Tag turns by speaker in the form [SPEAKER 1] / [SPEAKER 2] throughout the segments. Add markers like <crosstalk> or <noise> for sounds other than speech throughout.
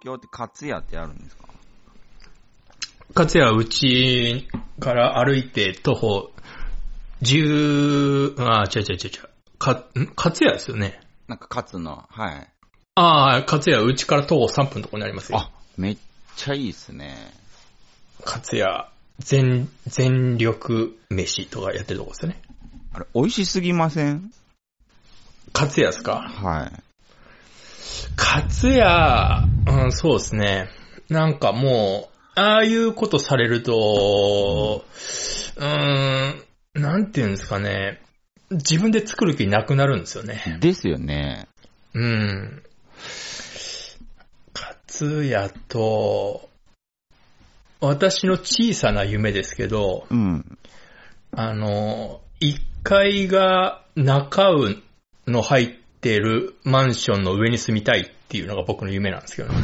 [SPEAKER 1] 京ってカツ屋ってあるんですか
[SPEAKER 2] かつやうちから歩いて徒歩10、あ、違う違う違う違う。か、んかつやですよね。
[SPEAKER 1] なんかカツの、はい。
[SPEAKER 2] ああ、かつやうちから徒歩3分のとこにありますよ。
[SPEAKER 1] あ、めっちゃいいっすね。
[SPEAKER 2] かつや全、全力飯とかやってるとこですよね。
[SPEAKER 1] あれ、美味しすぎません
[SPEAKER 2] かつやですか
[SPEAKER 1] はい。
[SPEAKER 2] かつや、うん、そうですね。なんかもう、ああいうことされると、うーん、なんていうんですかね。自分で作る気なくなるんですよね。
[SPEAKER 1] ですよね。
[SPEAKER 2] うん。かつやと、私の小さな夢ですけど、
[SPEAKER 1] うん。
[SPEAKER 2] あの、1階が中運の入ってるマンションの上に住みたいっていうのが僕の夢なんですけどね。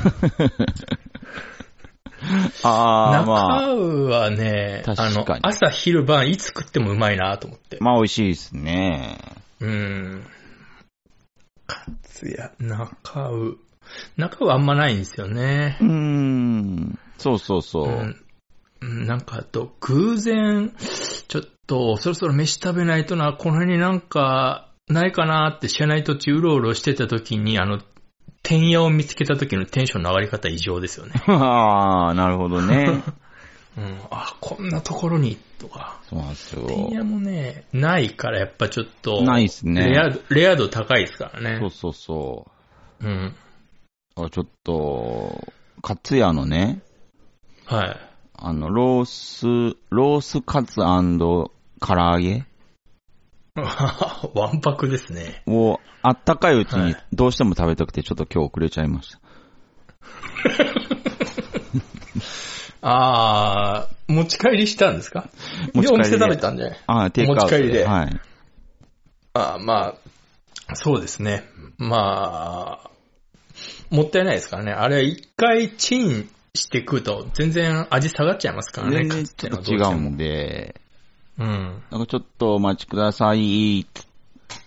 [SPEAKER 1] ああ、まあ、
[SPEAKER 2] 中尾はね、
[SPEAKER 1] 確か
[SPEAKER 2] あ
[SPEAKER 1] に
[SPEAKER 2] の、朝昼晩いつ食ってもうまいなと思って。
[SPEAKER 1] まあ美味しいですね。
[SPEAKER 2] うん。かつや、中尾。中尾あんまないんですよね
[SPEAKER 1] う。ーん。そうそうそう。
[SPEAKER 2] うん。うんなんかあと、偶然、ちょっと、そろそろ飯食べないとな、この辺になんか、ないかなって知らない土地うろうろしてた時に、あの、天屋を見つけた時のテンションの上がり方異常ですよね。
[SPEAKER 1] <laughs> ああ、なるほど <laughs> ね。
[SPEAKER 2] うん。あ、こんなところに、とか。
[SPEAKER 1] そうなんですよ。
[SPEAKER 2] てんやもね、ないからやっぱちょっと、
[SPEAKER 1] ないっすね
[SPEAKER 2] レア度、レア度高いですから
[SPEAKER 1] そう
[SPEAKER 2] ね。
[SPEAKER 1] そうそう。
[SPEAKER 2] うん。
[SPEAKER 1] あちょっと、カツヤのね、
[SPEAKER 2] はい。 <laughs>
[SPEAKER 1] あの、ロース、ロースカツ唐揚げ
[SPEAKER 2] わんぱくですね。
[SPEAKER 1] を、あったかいうち
[SPEAKER 2] は
[SPEAKER 1] に
[SPEAKER 2] い
[SPEAKER 1] どうしても食べたくて、ちょっと今日遅れちゃいました。
[SPEAKER 2] あー、持ち帰りしたんですか
[SPEAKER 1] 持ち帰りで
[SPEAKER 2] でお店食べたんじゃない
[SPEAKER 1] ああ、テイクアウト
[SPEAKER 2] 持ち帰りで
[SPEAKER 1] はい。
[SPEAKER 2] あー、まあ、そうですね。まあ、もったいないですからね。あれ一回チンして食うと全然味下がっちゃいますからね。
[SPEAKER 1] 全然ちょっと違うんで、
[SPEAKER 2] うん。
[SPEAKER 1] なんかちょっとお待ちください、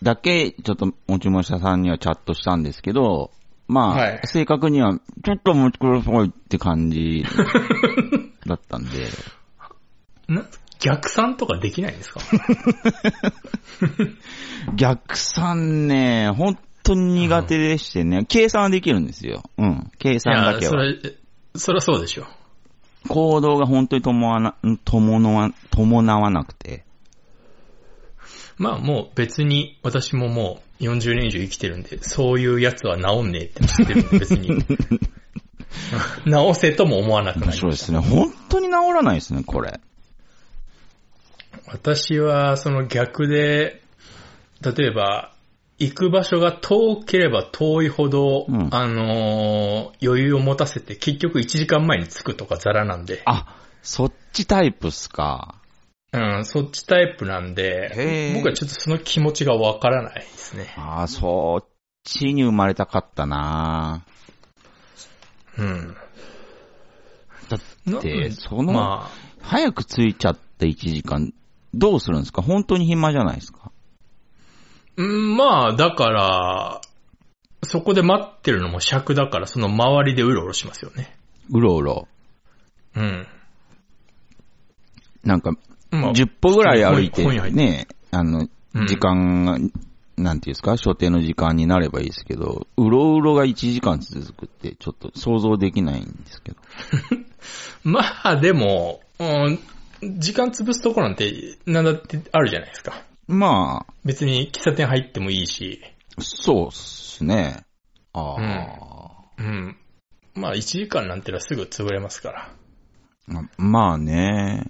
[SPEAKER 1] だけ、ちょっと持ち主さんにはチャットしたんですけど、まあ、
[SPEAKER 2] はい
[SPEAKER 1] 正確には、ちょっとお待ちくださいって感じ
[SPEAKER 2] <laughs>
[SPEAKER 1] だったんで、
[SPEAKER 2] な逆算とかできないんですか
[SPEAKER 1] 逆算ね、本当に苦手でしてね、計算はできるんですよ。うん。計算だ
[SPEAKER 2] い
[SPEAKER 1] け
[SPEAKER 2] やそ
[SPEAKER 1] は。
[SPEAKER 2] れ、それはそうでしょう。
[SPEAKER 1] 行動が本当に伴わな、伴わ、伴わなくて。
[SPEAKER 2] まあもう別に私ももう40年以上生きてるんで、そういうやつは治んねえって知ってるんで別に。
[SPEAKER 1] <laughs>
[SPEAKER 2] 治せとも思わなくなり
[SPEAKER 1] そう
[SPEAKER 2] ま
[SPEAKER 1] で
[SPEAKER 2] した。
[SPEAKER 1] すね。本当に治らないですね、これ。
[SPEAKER 2] 私はその逆で、例えば、行く場所が遠ければ遠いほど、
[SPEAKER 1] うん
[SPEAKER 2] あのー余裕を持たせて結局1時間前に着くとかザラなんで、
[SPEAKER 1] あ、そっちタイプっすか。
[SPEAKER 2] うん、そっちタイプなん
[SPEAKER 1] へ
[SPEAKER 2] で
[SPEAKER 1] ー、
[SPEAKER 2] 僕はちょっとその気持ちがわからないですね。
[SPEAKER 1] ああ、そっちに生まれたかったな
[SPEAKER 2] うん。
[SPEAKER 1] だ
[SPEAKER 2] なん
[SPEAKER 1] で、その、
[SPEAKER 2] まあ、
[SPEAKER 1] 早く着いちゃって1時間、どうするんですか本当に暇じゃないですか
[SPEAKER 2] うん、まあ、だから、そこで待ってるのも尺だから、その周りでうろうろしますよね。
[SPEAKER 1] うろうろ。
[SPEAKER 2] うん。
[SPEAKER 1] なんか、
[SPEAKER 2] まあ、
[SPEAKER 1] 10歩ぐらい歩いて
[SPEAKER 2] 本屋、入って
[SPEAKER 1] ね、あの、
[SPEAKER 2] うん
[SPEAKER 1] 時間が、なんていうんですか、所定の時間になればいいですけど、うろうろが1時間続くって、ちょっと想像できないんですけど。
[SPEAKER 2] まあ、でも、うん、時間潰すとこなんて、なんだってあるじゃないですか。
[SPEAKER 1] ま
[SPEAKER 2] 別に喫茶店入ってもいいし、
[SPEAKER 1] あ、そうっすね。ああ、
[SPEAKER 2] うん。まあ、1時間なんてのはすぐ潰れますから。
[SPEAKER 1] ままあね、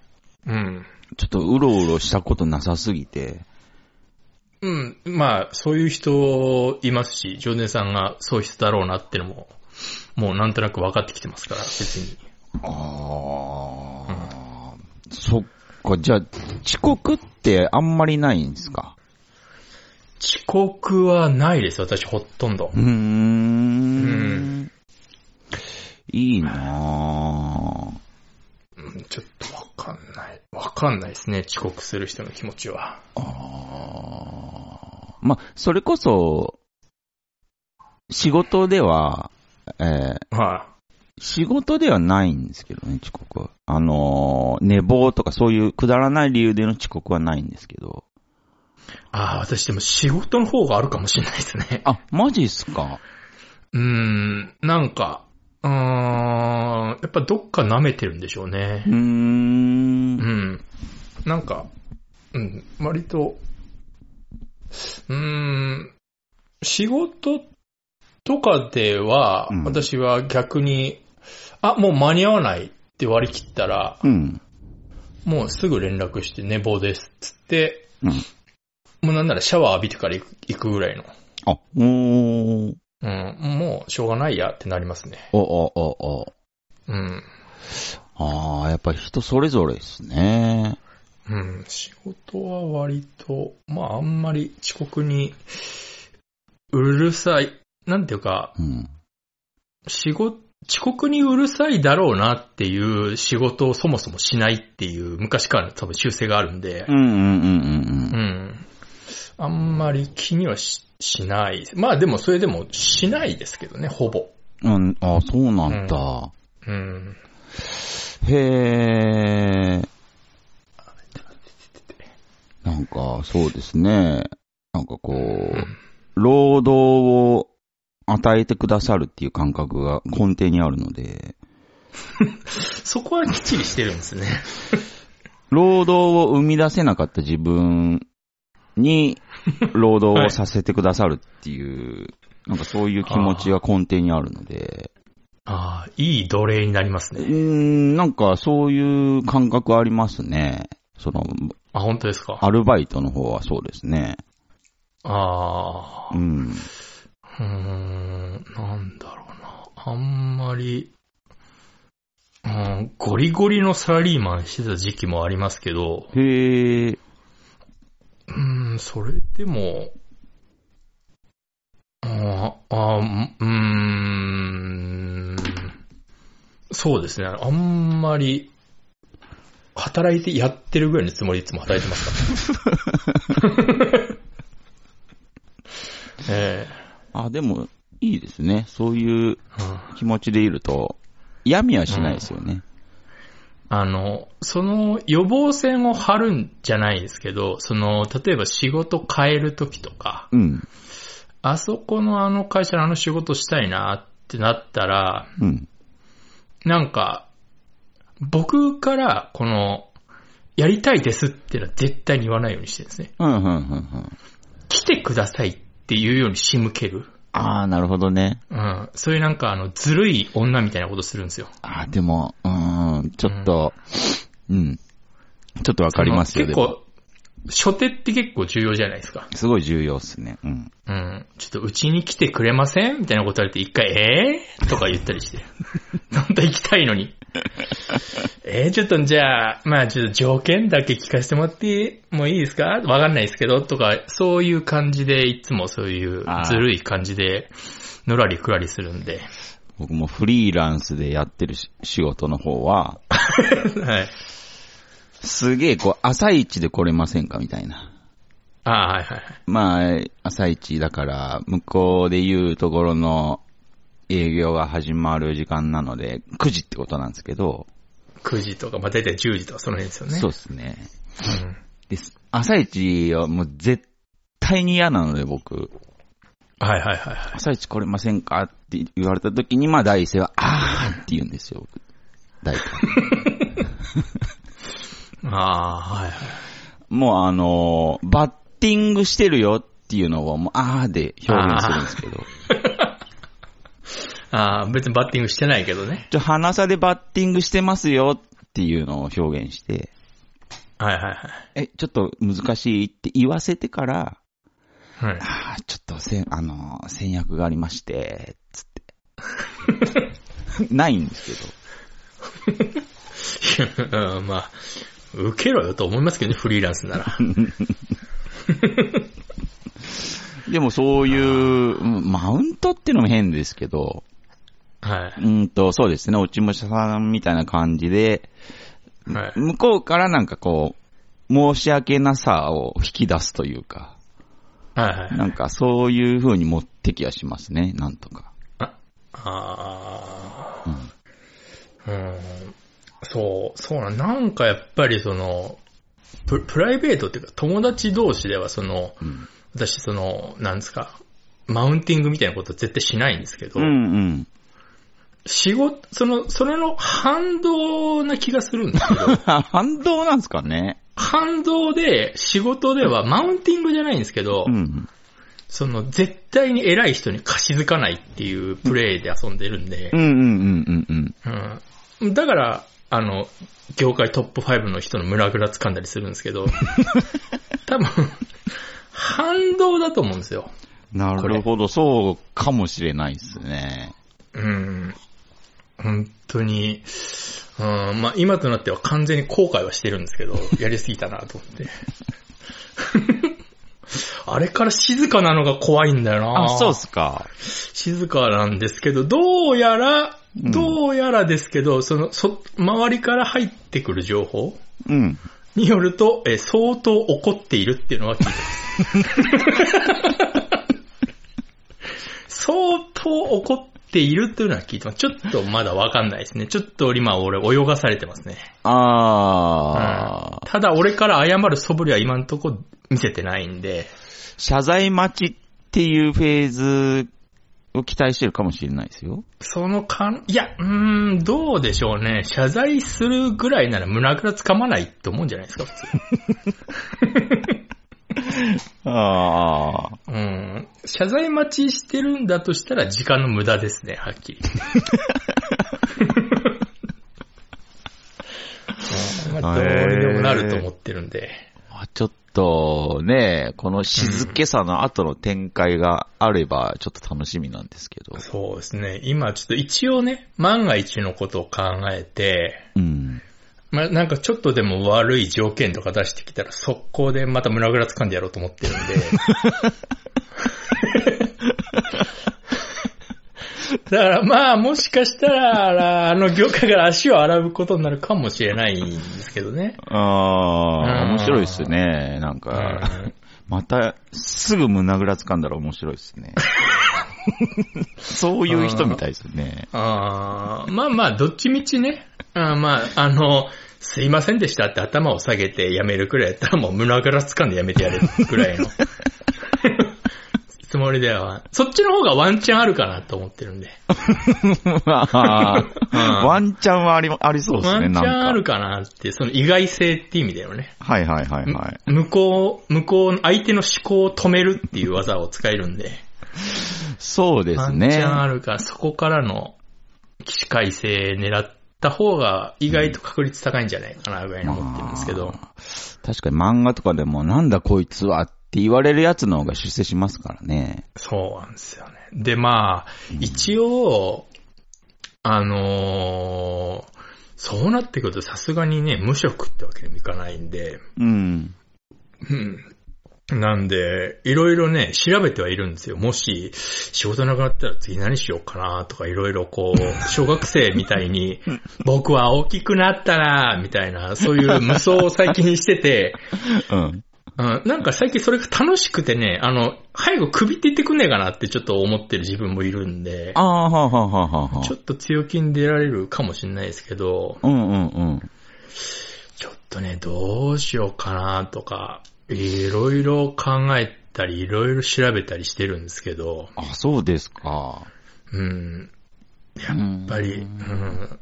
[SPEAKER 2] うん。
[SPEAKER 1] ちょっとうろうろしたことなさすぎて、
[SPEAKER 2] うん。まあ、そういう人いますし、常年さんがそういう人だろうなってのも、もうなんとなく分かってきてますから、別に。
[SPEAKER 1] ああ、そっか、じゃあ、遅刻ってあんまりないんですか
[SPEAKER 2] 遅刻はないです、私、ほとんど
[SPEAKER 1] うー。
[SPEAKER 2] うんん。
[SPEAKER 1] いいなぁ。
[SPEAKER 2] うんちょっとわかんない。わかんないですね、遅刻する人の気持ちは。
[SPEAKER 1] あーまあ、それこそ、仕事では、えー
[SPEAKER 2] は
[SPEAKER 1] 仕事ではないんですけどね、遅刻は。あのー寝坊とかそういうくだらない理由での遅刻はないんですけど。
[SPEAKER 2] ああ、私でも仕事の方があるかもしれないですね。
[SPEAKER 1] あ、マジっすか
[SPEAKER 2] <laughs> うーん、なんか、うーん、やっぱどっか舐めてるんでしょうね
[SPEAKER 1] う。ーん
[SPEAKER 2] う。ん。なんか、うん、割と、うーん、仕事とかでは、
[SPEAKER 1] うん
[SPEAKER 2] 私は逆に、あ、もう間に合わないって割り切ったら、
[SPEAKER 1] うん。
[SPEAKER 2] もうすぐ連絡して寝坊ですっつって、
[SPEAKER 1] うん
[SPEAKER 2] もうなんならシャワー浴びてから行く行くぐらいの。
[SPEAKER 1] あ、おー。
[SPEAKER 2] うん、もうしょうがないやってなりますね。
[SPEAKER 1] お、お、お、お。
[SPEAKER 2] うん。
[SPEAKER 1] ああ、やっぱ人それぞれですね。
[SPEAKER 2] うん、仕事は割と、まああんまり遅刻に、うるさい、なんていうか、
[SPEAKER 1] うん。
[SPEAKER 2] 仕事、遅刻にうるさいだろうなっていう仕事をそもそもしないっていう昔からの多分習性があるんで
[SPEAKER 1] う、んうんうんうん
[SPEAKER 2] う
[SPEAKER 1] うん。
[SPEAKER 2] ん。あんまり気にはししない。まあでもそれでもしないですけどね、ほぼ。
[SPEAKER 1] うん、あそうなんだ。
[SPEAKER 2] うん。
[SPEAKER 1] へえ。なんか、そうですね。なんかこう、労働を与えてくださるっていう感覚が根底にあるので、
[SPEAKER 2] そこはきっちりしてるんですね。
[SPEAKER 1] 労働を生み出せなかった自分に労働をさせてくださるっていう、なんかそういう気持ちが根底にあるので、
[SPEAKER 2] ああ、いい奴隷になります
[SPEAKER 1] うー
[SPEAKER 2] ね。
[SPEAKER 1] ん、なんかそういう感覚ありますね。その、
[SPEAKER 2] あ、本当ですか。あ
[SPEAKER 1] アルバイトの方はそうですね。
[SPEAKER 2] あ
[SPEAKER 1] う
[SPEAKER 2] ー。
[SPEAKER 1] ん。
[SPEAKER 2] うーん、なんだろうな。あんまり、うん、ゴリゴリのサラリーマンしてた時期もありますけど、
[SPEAKER 1] へえ、
[SPEAKER 2] うーん、それでも、あーあー、うーん、そうですね。あんまり、働いて、やってるぐらいのつもりでいつも働いてますから、ね。え
[SPEAKER 1] あ、でも、いいですね。そういう
[SPEAKER 2] えうん
[SPEAKER 1] 気持ちでいると、嫌みはしないですよね。
[SPEAKER 2] あの、その予防線を張るんじゃないですけど、その、例えば仕事変えるときとか、
[SPEAKER 1] うん。
[SPEAKER 2] あそこのあの会社のあの仕事したいなってなったら、
[SPEAKER 1] うん。
[SPEAKER 2] なんか、僕から、この、やりたいですってのは絶対に言わないようにしてるんですね。
[SPEAKER 1] うん、うん、うん、うん。
[SPEAKER 2] 来てくださいっていうように仕向ける。
[SPEAKER 1] ああ、なるほどね。
[SPEAKER 2] うん。そういうなんか、あの、ずるい女みたいなことするんですよ。
[SPEAKER 1] ああ、でも、うーん、ちょっと、うん。ちょっとわかりますよ、
[SPEAKER 2] そ
[SPEAKER 1] で
[SPEAKER 2] の
[SPEAKER 1] も。
[SPEAKER 2] 結構、初手って結構重要じゃないですか。
[SPEAKER 1] すごい重要っすね。うん。
[SPEAKER 2] うん。ちょっとうちに来てくれませんみたいなこと言われて、一回、えー、とか言ったりして。 <laughs> なんだ行きたいのに。 <laughs> えー、ちょっとじゃあ、まあちょっと条件だけ聞かせてもらってもいいですかわかんないですけど、とか、そういう感じで、いつもそういう
[SPEAKER 1] あー
[SPEAKER 2] ずるい感じで、のらりくらりするん
[SPEAKER 1] <laughs>
[SPEAKER 2] で。
[SPEAKER 1] 僕もフリーランスでやってるし仕事の方は、
[SPEAKER 2] はい。
[SPEAKER 1] すげえ、こう、朝一で来れませんかみたいな。
[SPEAKER 2] ああ、はいはいはい。
[SPEAKER 1] まあ、朝一だから、向こうで言うところの営業が始まる時間なので、9時ってことなんですけど、
[SPEAKER 2] 9時とか、まあ大体10時とかその辺ですよね。
[SPEAKER 1] そう
[SPEAKER 2] う。
[SPEAKER 1] ですね。
[SPEAKER 2] ん、
[SPEAKER 1] です。朝一はもう絶対に嫌なので、僕。
[SPEAKER 2] はいはいはいはい。
[SPEAKER 1] 朝一来れませんかって言われた時に、まあ、第一声は、あーって言うんですよ、僕。大体。
[SPEAKER 2] ああ、はいはい。
[SPEAKER 1] もうあのーバッティングしてるよっていうのを、もう、あーで表現するんですけど。
[SPEAKER 2] ああ、別にバッティングしてないけどね。
[SPEAKER 1] ちょ、鼻差でバッティングしてますよっていうのを表現して、
[SPEAKER 2] はいはいはい。
[SPEAKER 1] え、ちょっと難しいって言わせてから、
[SPEAKER 2] はい、
[SPEAKER 1] あーちょっとせん、あのー、戦略がありまして、つって。ないんですけど。
[SPEAKER 2] いやうんまあ、受けろよと思いますけどね、フリーランスな
[SPEAKER 1] <laughs>
[SPEAKER 2] ら。
[SPEAKER 1] でもそういう、うんマウントっていうのも変ですけど、
[SPEAKER 2] は
[SPEAKER 1] うーんと、そうですね、落ち武者さんみたいな感じで、
[SPEAKER 2] い。はい。
[SPEAKER 1] 向こうからなんかこう、申し訳なさを引き出すというか、
[SPEAKER 2] はいはい。
[SPEAKER 1] なんかそういう風に持ってきはしますね、なんとか。
[SPEAKER 2] ああ
[SPEAKER 1] うん
[SPEAKER 2] ー、うん。そう、そうなん、なんかやっぱりその、ププライベートっていうか友達同士ではその、
[SPEAKER 1] うん。
[SPEAKER 2] 私その、なんですか、マウンティングみたいなこと絶対しないんですけど、
[SPEAKER 1] うんうん。 <laughs>
[SPEAKER 2] 仕事、その、それの反動な気がするんですけ
[SPEAKER 1] <laughs>
[SPEAKER 2] ど、
[SPEAKER 1] 反動なんすかね。
[SPEAKER 2] 反動で仕事ではマウンティングじゃないんですけど、
[SPEAKER 1] うん。
[SPEAKER 2] その絶対に偉い人に貸し付かないっていうプレイで遊んでるんで
[SPEAKER 1] う、んうんうんうんうん。
[SPEAKER 2] うん。だから、あの、業界トップ5の人の胸ぐら掴んだりするんです
[SPEAKER 1] <laughs>
[SPEAKER 2] けど、多分、反動だと思うんですよ。
[SPEAKER 1] なるほど、そうかもしれないですね。
[SPEAKER 2] うん。本当に、うん、まあ今となっては完全に後悔はしてるんですけど、やりすぎたなと思
[SPEAKER 1] <laughs>
[SPEAKER 2] って。あれから静かなのが怖いんだよな
[SPEAKER 1] あ、そうっすか。
[SPEAKER 2] 静かなんですけど、どうやら、
[SPEAKER 1] うん
[SPEAKER 2] どうやらですけど、その、そ、周りから入ってくる情報
[SPEAKER 1] うん。
[SPEAKER 2] によると、えー相当怒っているっていうのは聞いて
[SPEAKER 1] <laughs>
[SPEAKER 2] ます。相当怒っているというのは聞いてます。ちょっとまだわかんないですね。ちょっと今俺泳がされてますね。
[SPEAKER 1] あ
[SPEAKER 2] うん
[SPEAKER 1] ー、
[SPEAKER 2] ただ俺から謝る素振りは今んとこ見せてないんで、
[SPEAKER 1] 謝罪待ちっていうフェーズを期待してるかもしれないですよ。
[SPEAKER 2] そのかん、いや、うーん、どうでしょうね。謝罪するぐらいなら胸ぐらつかまないって思うんじゃないですか、普通。
[SPEAKER 1] あー。
[SPEAKER 2] うん。謝罪待ちしてるんだとしたら時間の無駄ですね、はっきり。うんまあ、どうにでもなると思ってるんで。
[SPEAKER 1] あちょっとね、この静けさの後の展開があれば、ちょっと楽しみなんですけど。
[SPEAKER 2] そうですね。今ちょっと一応ね、万が一のことを考えて、
[SPEAKER 1] うん。
[SPEAKER 2] まあ、なんかちょっとでも悪い条件とか出してきたら速攻でまた胸ぐら掴んでやろうと思ってるんで。だからまあもしかしたら、あの業界から足を洗うことになるかもしれないんですけどね。
[SPEAKER 1] あー、
[SPEAKER 2] うん
[SPEAKER 1] 面白いっすね。なんか、また、すぐ胸ぐらつかんだら面白いっす
[SPEAKER 2] <laughs>
[SPEAKER 1] ね。そういう人みたいですね。
[SPEAKER 2] あーまあまあ、どっちみちね。あーまあ、あの、すいませんでしたって頭を下げてやめるくらいやったらもう胸ぐら掴んでやめてやれるくらいのつもりでは。そっちの方がワンチャンあるかなと思ってるんで。
[SPEAKER 1] あー
[SPEAKER 2] う
[SPEAKER 1] <laughs>
[SPEAKER 2] ん
[SPEAKER 1] ワンチャンはあり、ありそうです
[SPEAKER 2] ワ
[SPEAKER 1] ね、
[SPEAKER 2] ン
[SPEAKER 1] な
[SPEAKER 2] チ
[SPEAKER 1] ん
[SPEAKER 2] ャ
[SPEAKER 1] か。
[SPEAKER 2] ンあるかなって、その意外性っていう意味だよね。
[SPEAKER 1] はいはいはいはい。
[SPEAKER 2] 向こう、向こうの相手の思考を止めるっていう技を使えるんで。
[SPEAKER 1] そうで
[SPEAKER 2] ワ
[SPEAKER 1] す
[SPEAKER 2] ンチ
[SPEAKER 1] ね。
[SPEAKER 2] ャンあるから、そこからの起死回生狙った方が意外と確率高いんじゃないかなぐらいに思ってるんですけど。
[SPEAKER 1] あー確かに漫画とかでも、なんだこいつはって言われるやつの方が出世しますからね。
[SPEAKER 2] そうなんですよね。で、まあ、一応、あのーそうなってくるとさすがにね、無職ってわけにもいかないんで、
[SPEAKER 1] うん。
[SPEAKER 2] うんなんで、いろいろね、調べてはいるんですよ。もし、仕事なくなったら次何しようかなとか、いろいろこう、小学生みたいに、僕は大きくなったなみたいな、そういう無双を最近してて、
[SPEAKER 1] うん。
[SPEAKER 2] うん、なんか最近それが楽しくてね、あの、背後首っていってくんねえかなってちょっと思ってる自分もいるんで、
[SPEAKER 1] ああ、はあはあはあはあ
[SPEAKER 2] ちょっと強気に出られるかもしれないですけど、
[SPEAKER 1] うんうんうん。
[SPEAKER 2] ちょっとね、どうしようかなとか、いろいろ考えたり、いろいろ調べたりしてるんですけど、
[SPEAKER 1] あ、そうですか。
[SPEAKER 2] うん。
[SPEAKER 1] や
[SPEAKER 2] や
[SPEAKER 1] っ
[SPEAKER 2] っぱり、うん。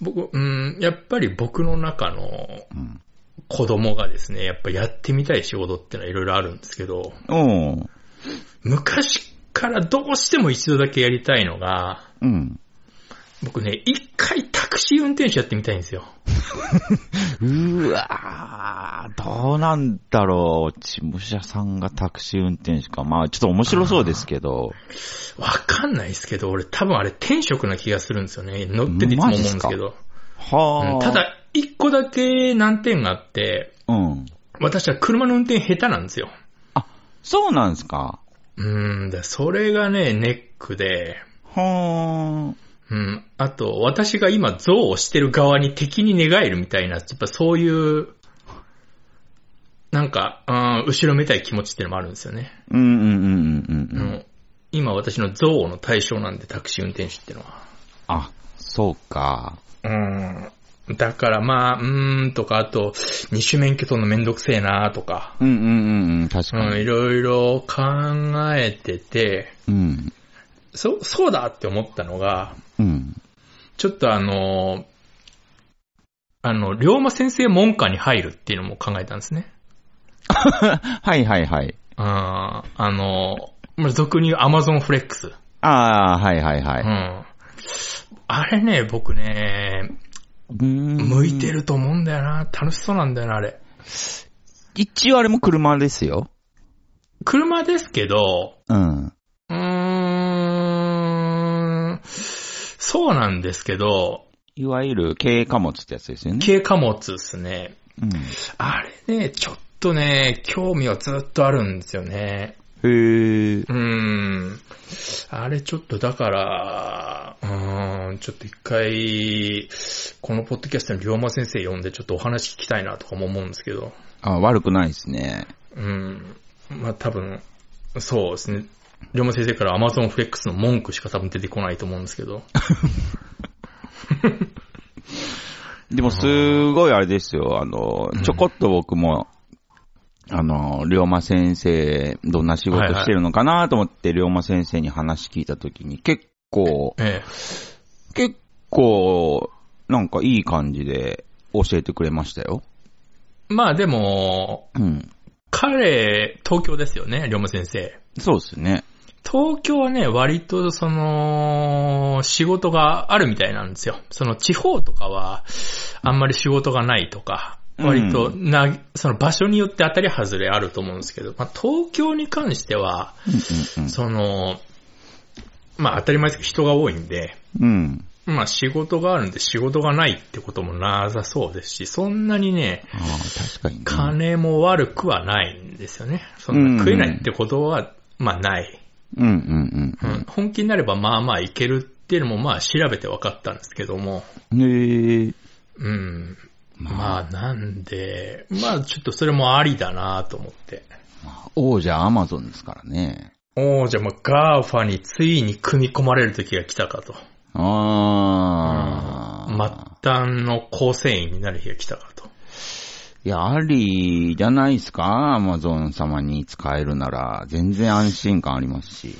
[SPEAKER 2] 僕、うん、やっぱり僕の中の
[SPEAKER 1] うん。
[SPEAKER 2] 子供がですね、やっぱやってみたい仕事ってのはいろいろあるんですけど、
[SPEAKER 1] うん。
[SPEAKER 2] 昔からどうしても一度だけやりたいのが、
[SPEAKER 1] うん。
[SPEAKER 2] 僕ね、一回タクシー運転手やってみたいんですよ。
[SPEAKER 1] うーわー、どうなんだろう。ちむしゃさんがタクシー運転手か。まあ、ちょっと面白そうですけど。
[SPEAKER 2] わかんないですけど、俺多分あれ転職な気がするんですよね。乗ってていつも思うんですけど。
[SPEAKER 1] はあ、
[SPEAKER 2] うんた、だ、一個だけ難点があって、
[SPEAKER 1] うん。
[SPEAKER 2] 私は車の運転下手なんですよ。
[SPEAKER 1] そうなんですか。
[SPEAKER 2] うーん、だそれがね、ネックで、
[SPEAKER 1] は
[SPEAKER 2] うん、あと、私が今、憎悪してる側に敵に寝返るみたいな、やっぱそういう、なんか、うん、後ろめたい気持ちっていうのもあるんですよね。
[SPEAKER 1] ー。うんうんうんうんうん。
[SPEAKER 2] う
[SPEAKER 1] うん
[SPEAKER 2] ん、今、私の憎悪の対象なんで、タクシー運転手っていうのは。
[SPEAKER 1] あ、そうか。
[SPEAKER 2] うん。だからまあ、うーんとか、あと、二種免許取るのめんどくせえなとか、
[SPEAKER 1] うんうんうんうん、確か
[SPEAKER 2] うん、い
[SPEAKER 1] に。
[SPEAKER 2] ろいろ考えてて、
[SPEAKER 1] うん。
[SPEAKER 2] そ、そうだって思ったのが、
[SPEAKER 1] うん。 <laughs>
[SPEAKER 2] ちょっとあのーあの、龍馬先生門下に入るっていうのも考えたんですね。
[SPEAKER 1] はいはいはい。
[SPEAKER 2] あーあのーまあ、俗に言うアマゾンフレックス。
[SPEAKER 1] ああ、はいはいは
[SPEAKER 2] う
[SPEAKER 1] い。
[SPEAKER 2] ん。あれね、僕ね、
[SPEAKER 1] 向
[SPEAKER 2] 向いて。ると思うんだよな。楽しそうなんだよな、あれ。
[SPEAKER 1] 一応あれも車ですよ。
[SPEAKER 2] 車ですけど、
[SPEAKER 1] うん。
[SPEAKER 2] うーん、そうなんですけど、
[SPEAKER 1] いわゆる軽貨物ってやつですよね。
[SPEAKER 2] 軽貨物ですね。
[SPEAKER 1] うん、
[SPEAKER 2] あれね、ちょっとね、興味はずっとあるんですよね。
[SPEAKER 1] へえ。
[SPEAKER 2] うーん。あれちょっとだから、うーん、ちょっと一回、このポッドキャストの龍馬先生呼んでちょっとお話聞きたいなとかも思うんですけど、
[SPEAKER 1] あ悪くないですね。
[SPEAKER 2] うん。まあ多分、そうですね。龍馬先生から Amazon フレックスの文句しか多分出てこないと思うんですけ <laughs> ど。
[SPEAKER 1] でもすごいあれですよ。あの、ちょこっと僕も、あの、龍馬先生、どんな仕事してるのかなと思って、龍馬先生に話聞いたときに、結構、
[SPEAKER 2] ええ。
[SPEAKER 1] 結構、なんかいい感じで教えてくれましたよ。
[SPEAKER 2] まあでも、
[SPEAKER 1] うん。
[SPEAKER 2] 彼、東京ですよね、龍馬先生。
[SPEAKER 1] そうですね。
[SPEAKER 2] 東京はね、割とその、仕事があるみたいなんですよ。その地方とかは、あんまり仕事がないとか、割と
[SPEAKER 1] う
[SPEAKER 2] な、その場所によって当たり外れあると思うんですけど、まあ東京に関しては、
[SPEAKER 1] うんうん
[SPEAKER 2] その、まあ当たり前ですけど人が多いんで、
[SPEAKER 1] うん。うん。
[SPEAKER 2] まあ仕事があるんで仕事がないってこともなさそうですし、そんなにね、
[SPEAKER 1] ああ、確かにね、
[SPEAKER 2] 金も悪くはないんですよね。そんな食えないってことは、まあない。
[SPEAKER 1] うんうん
[SPEAKER 2] うん本気になればまあまあいけるっていうのもまあ調べて分かったんですけども、
[SPEAKER 1] うん。へえ。
[SPEAKER 2] うん。まあなんで、まあちょっとそれもありだなと思って。
[SPEAKER 1] 王者アマゾンですからね。
[SPEAKER 2] おー、じゃあまあガーファについに組み込まれる時が来たかと。
[SPEAKER 1] ああ。
[SPEAKER 2] 末端の構成員になる日が来たかと。
[SPEAKER 1] いや、ありじゃないですかアマゾン様に使えるなら、全然安心感ありますし。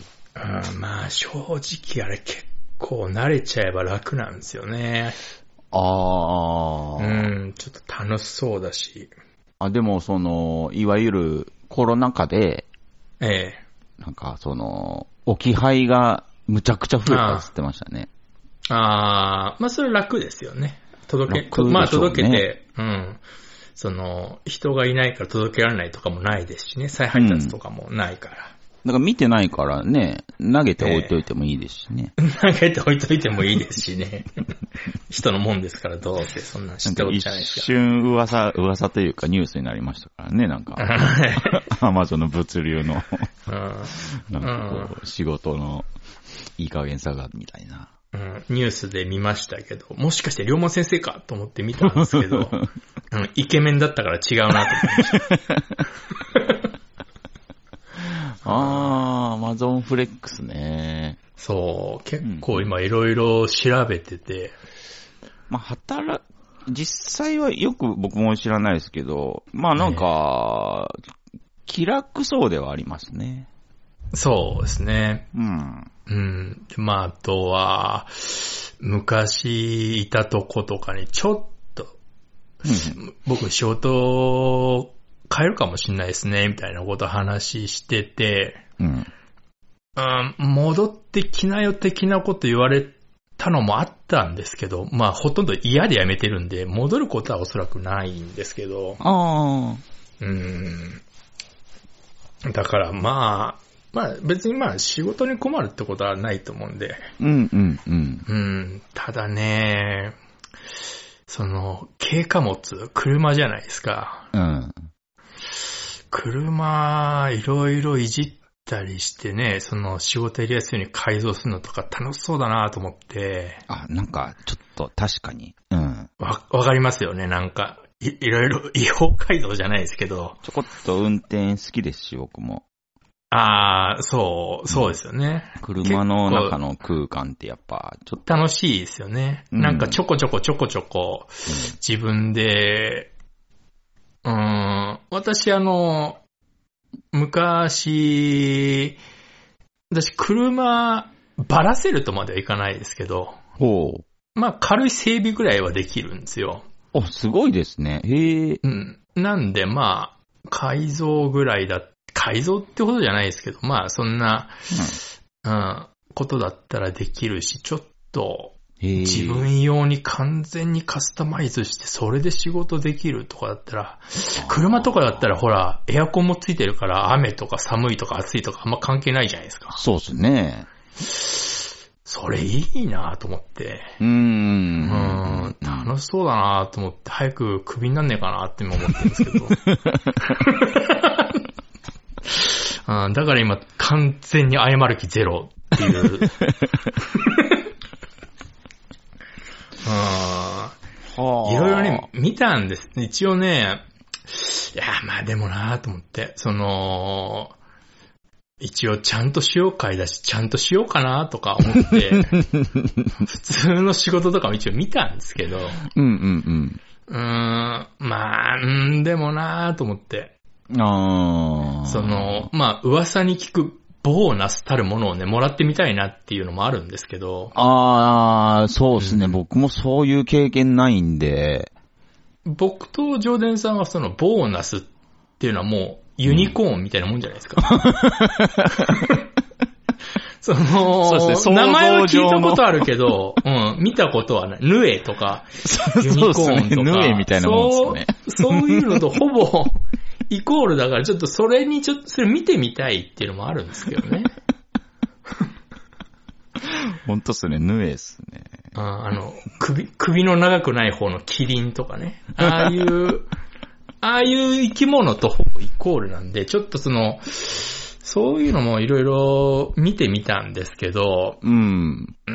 [SPEAKER 2] うん、まあ正直あれ結構慣れちゃえば楽なんですよね。
[SPEAKER 1] ああ、
[SPEAKER 2] うん、ちょっと楽しそうだし。
[SPEAKER 1] あ、でも、その、いわゆるコロナ禍で、
[SPEAKER 2] ええ。
[SPEAKER 1] なんか、その、置き配がむちゃくちゃ増えたって言ってましたね。
[SPEAKER 2] ああ、まあそれ楽ですよね。届
[SPEAKER 1] 楽
[SPEAKER 2] け、
[SPEAKER 1] でしょうね
[SPEAKER 2] まあ届けて、うん。その、人がいないから届けられないとかもないですしね、再配達とかもないから。
[SPEAKER 1] だから見てないからね、投げて置いといてもいいですしね。
[SPEAKER 2] 投げて置いといてもいいですしね。 <laughs> 人のもんですからどうせそんなん知
[SPEAKER 1] な
[SPEAKER 2] っ
[SPEAKER 1] ん
[SPEAKER 2] て
[SPEAKER 1] か
[SPEAKER 2] おっ
[SPEAKER 1] 一
[SPEAKER 2] ちゃないですか。
[SPEAKER 1] 瞬噂、噂というかニュースになりましたからね、なんか、アマゾンの物流
[SPEAKER 2] <laughs>
[SPEAKER 1] の、なんかこう、仕事のいい加減さが、みたいな。
[SPEAKER 2] うんうんニュースで見ましたけど、もしかして龍馬先生かと思って見たんですけ
[SPEAKER 1] <laughs>
[SPEAKER 2] ど、うんイケメンだったから違うなと思って。
[SPEAKER 1] あー、アマゾンフレックスね。
[SPEAKER 2] そう、結構今いろいろ調べてて、
[SPEAKER 1] まあ、働、実際はよく僕も知らないですけど、まあなんか、気楽そうではありますね。
[SPEAKER 2] そうですね。
[SPEAKER 1] うん。
[SPEAKER 2] うん。でまあ、あとは、昔いたとことかにちょっと、僕仕事変えるかもしんないですね、みたいなこと話してて、
[SPEAKER 1] うん。
[SPEAKER 2] うん、戻ってきなよ的なこと言われたのもあったんですけど、まあほとんど嫌で辞めてるんで、戻ることはおそらくないんですけど、
[SPEAKER 1] あ
[SPEAKER 2] うん。だからまあ、まあ別にまあ仕事に困るってことはないと思うんで、
[SPEAKER 1] ー。うんうんうん。
[SPEAKER 2] うん、ただね、その、軽貨物、車じゃないですか。
[SPEAKER 1] うん。
[SPEAKER 2] 車、いろいろいじったりしてね、その仕事やりやすいように改造するのとか楽しそうだなと思って、
[SPEAKER 1] あ、なんか、ちょっと確かに。うん。
[SPEAKER 2] わ、わかりますよね、なんか。い、いろいろ違法改造じゃないですけど、
[SPEAKER 1] ちょこっと運転好きですし、僕も。
[SPEAKER 2] ああ、そう、そうですよね。
[SPEAKER 1] 車の中の空間ってやっぱ、ちょっと、
[SPEAKER 2] 楽しいですよね。
[SPEAKER 1] うん
[SPEAKER 2] なんかちょこちょこちょこちょこ、自分で、うーん、私あの、昔、私車、ばらせるとまではいかないですけど、
[SPEAKER 1] ほう。
[SPEAKER 2] まあ軽い整備ぐらいはできるんですよ。
[SPEAKER 1] お、すごいですね。へえ。
[SPEAKER 2] うん。なんでまあ、改造ぐらいだ、改造ってほどじゃないですけど、まあそんな、うん、ことだったらできるし、ちょっと、
[SPEAKER 1] へえ。
[SPEAKER 2] 自分用に完全にカスタマイズして、それで仕事できるとかだったら、車とかだったらほら、エアコンもついてるから、雨とか寒いとか暑いとかあんま関係ないじゃないですか。
[SPEAKER 1] そうっすね。
[SPEAKER 2] それいいなと思って。
[SPEAKER 1] うー。
[SPEAKER 2] うんん、楽しそうだなと思って、早くクビになんねえかなって今思ってるんですけど。 <laughs> うん、だから今、完全に謝る気ゼロっていう。 <laughs> うん
[SPEAKER 1] はい
[SPEAKER 2] ろいろね
[SPEAKER 1] あ、
[SPEAKER 2] 見たんです。一応ね、いや、まあでもなぁと思って、その、一応ちゃんとしよう会だし、ちゃんとしようかなとか思って、普通の仕事とかも一応見たんですけど、う
[SPEAKER 1] うんうん
[SPEAKER 2] ーん、まあ、うん、でもなぁと思って、
[SPEAKER 1] うん。ああ。
[SPEAKER 2] そ、の、まあ噂に聞くボーナスたるものをね、もらってみたいなっていうのもあるんですけど、
[SPEAKER 1] ああ、そうですね、僕もそういう経験ないんで。
[SPEAKER 2] 僕とジョーデンさんはそのボーナスっていうのはもうユニコーンみたいなもんじゃない
[SPEAKER 1] <laughs>
[SPEAKER 2] ですか。その
[SPEAKER 1] そうですね
[SPEAKER 2] 名前は
[SPEAKER 1] 想像
[SPEAKER 2] 聞い
[SPEAKER 1] 上の
[SPEAKER 2] たことあるけど、うん、見たことはない。ヌエとか、ユニコーンとか。
[SPEAKER 1] ヌエみたいなもんですね。
[SPEAKER 2] そう、そういうのとほぼイコールだから、ちょっとそれにちょっと、それ見てみたいっていうのもあるんですけどね。
[SPEAKER 1] ほんとっすね、ヌエっすね。
[SPEAKER 2] ああの、首、首の長くない方のキリンとかね。ああいう、ああいう生き物とほぼイコールなんで、ちょっとその、そういうのもいろいろ見てみたんですけど、
[SPEAKER 1] うん。
[SPEAKER 2] うー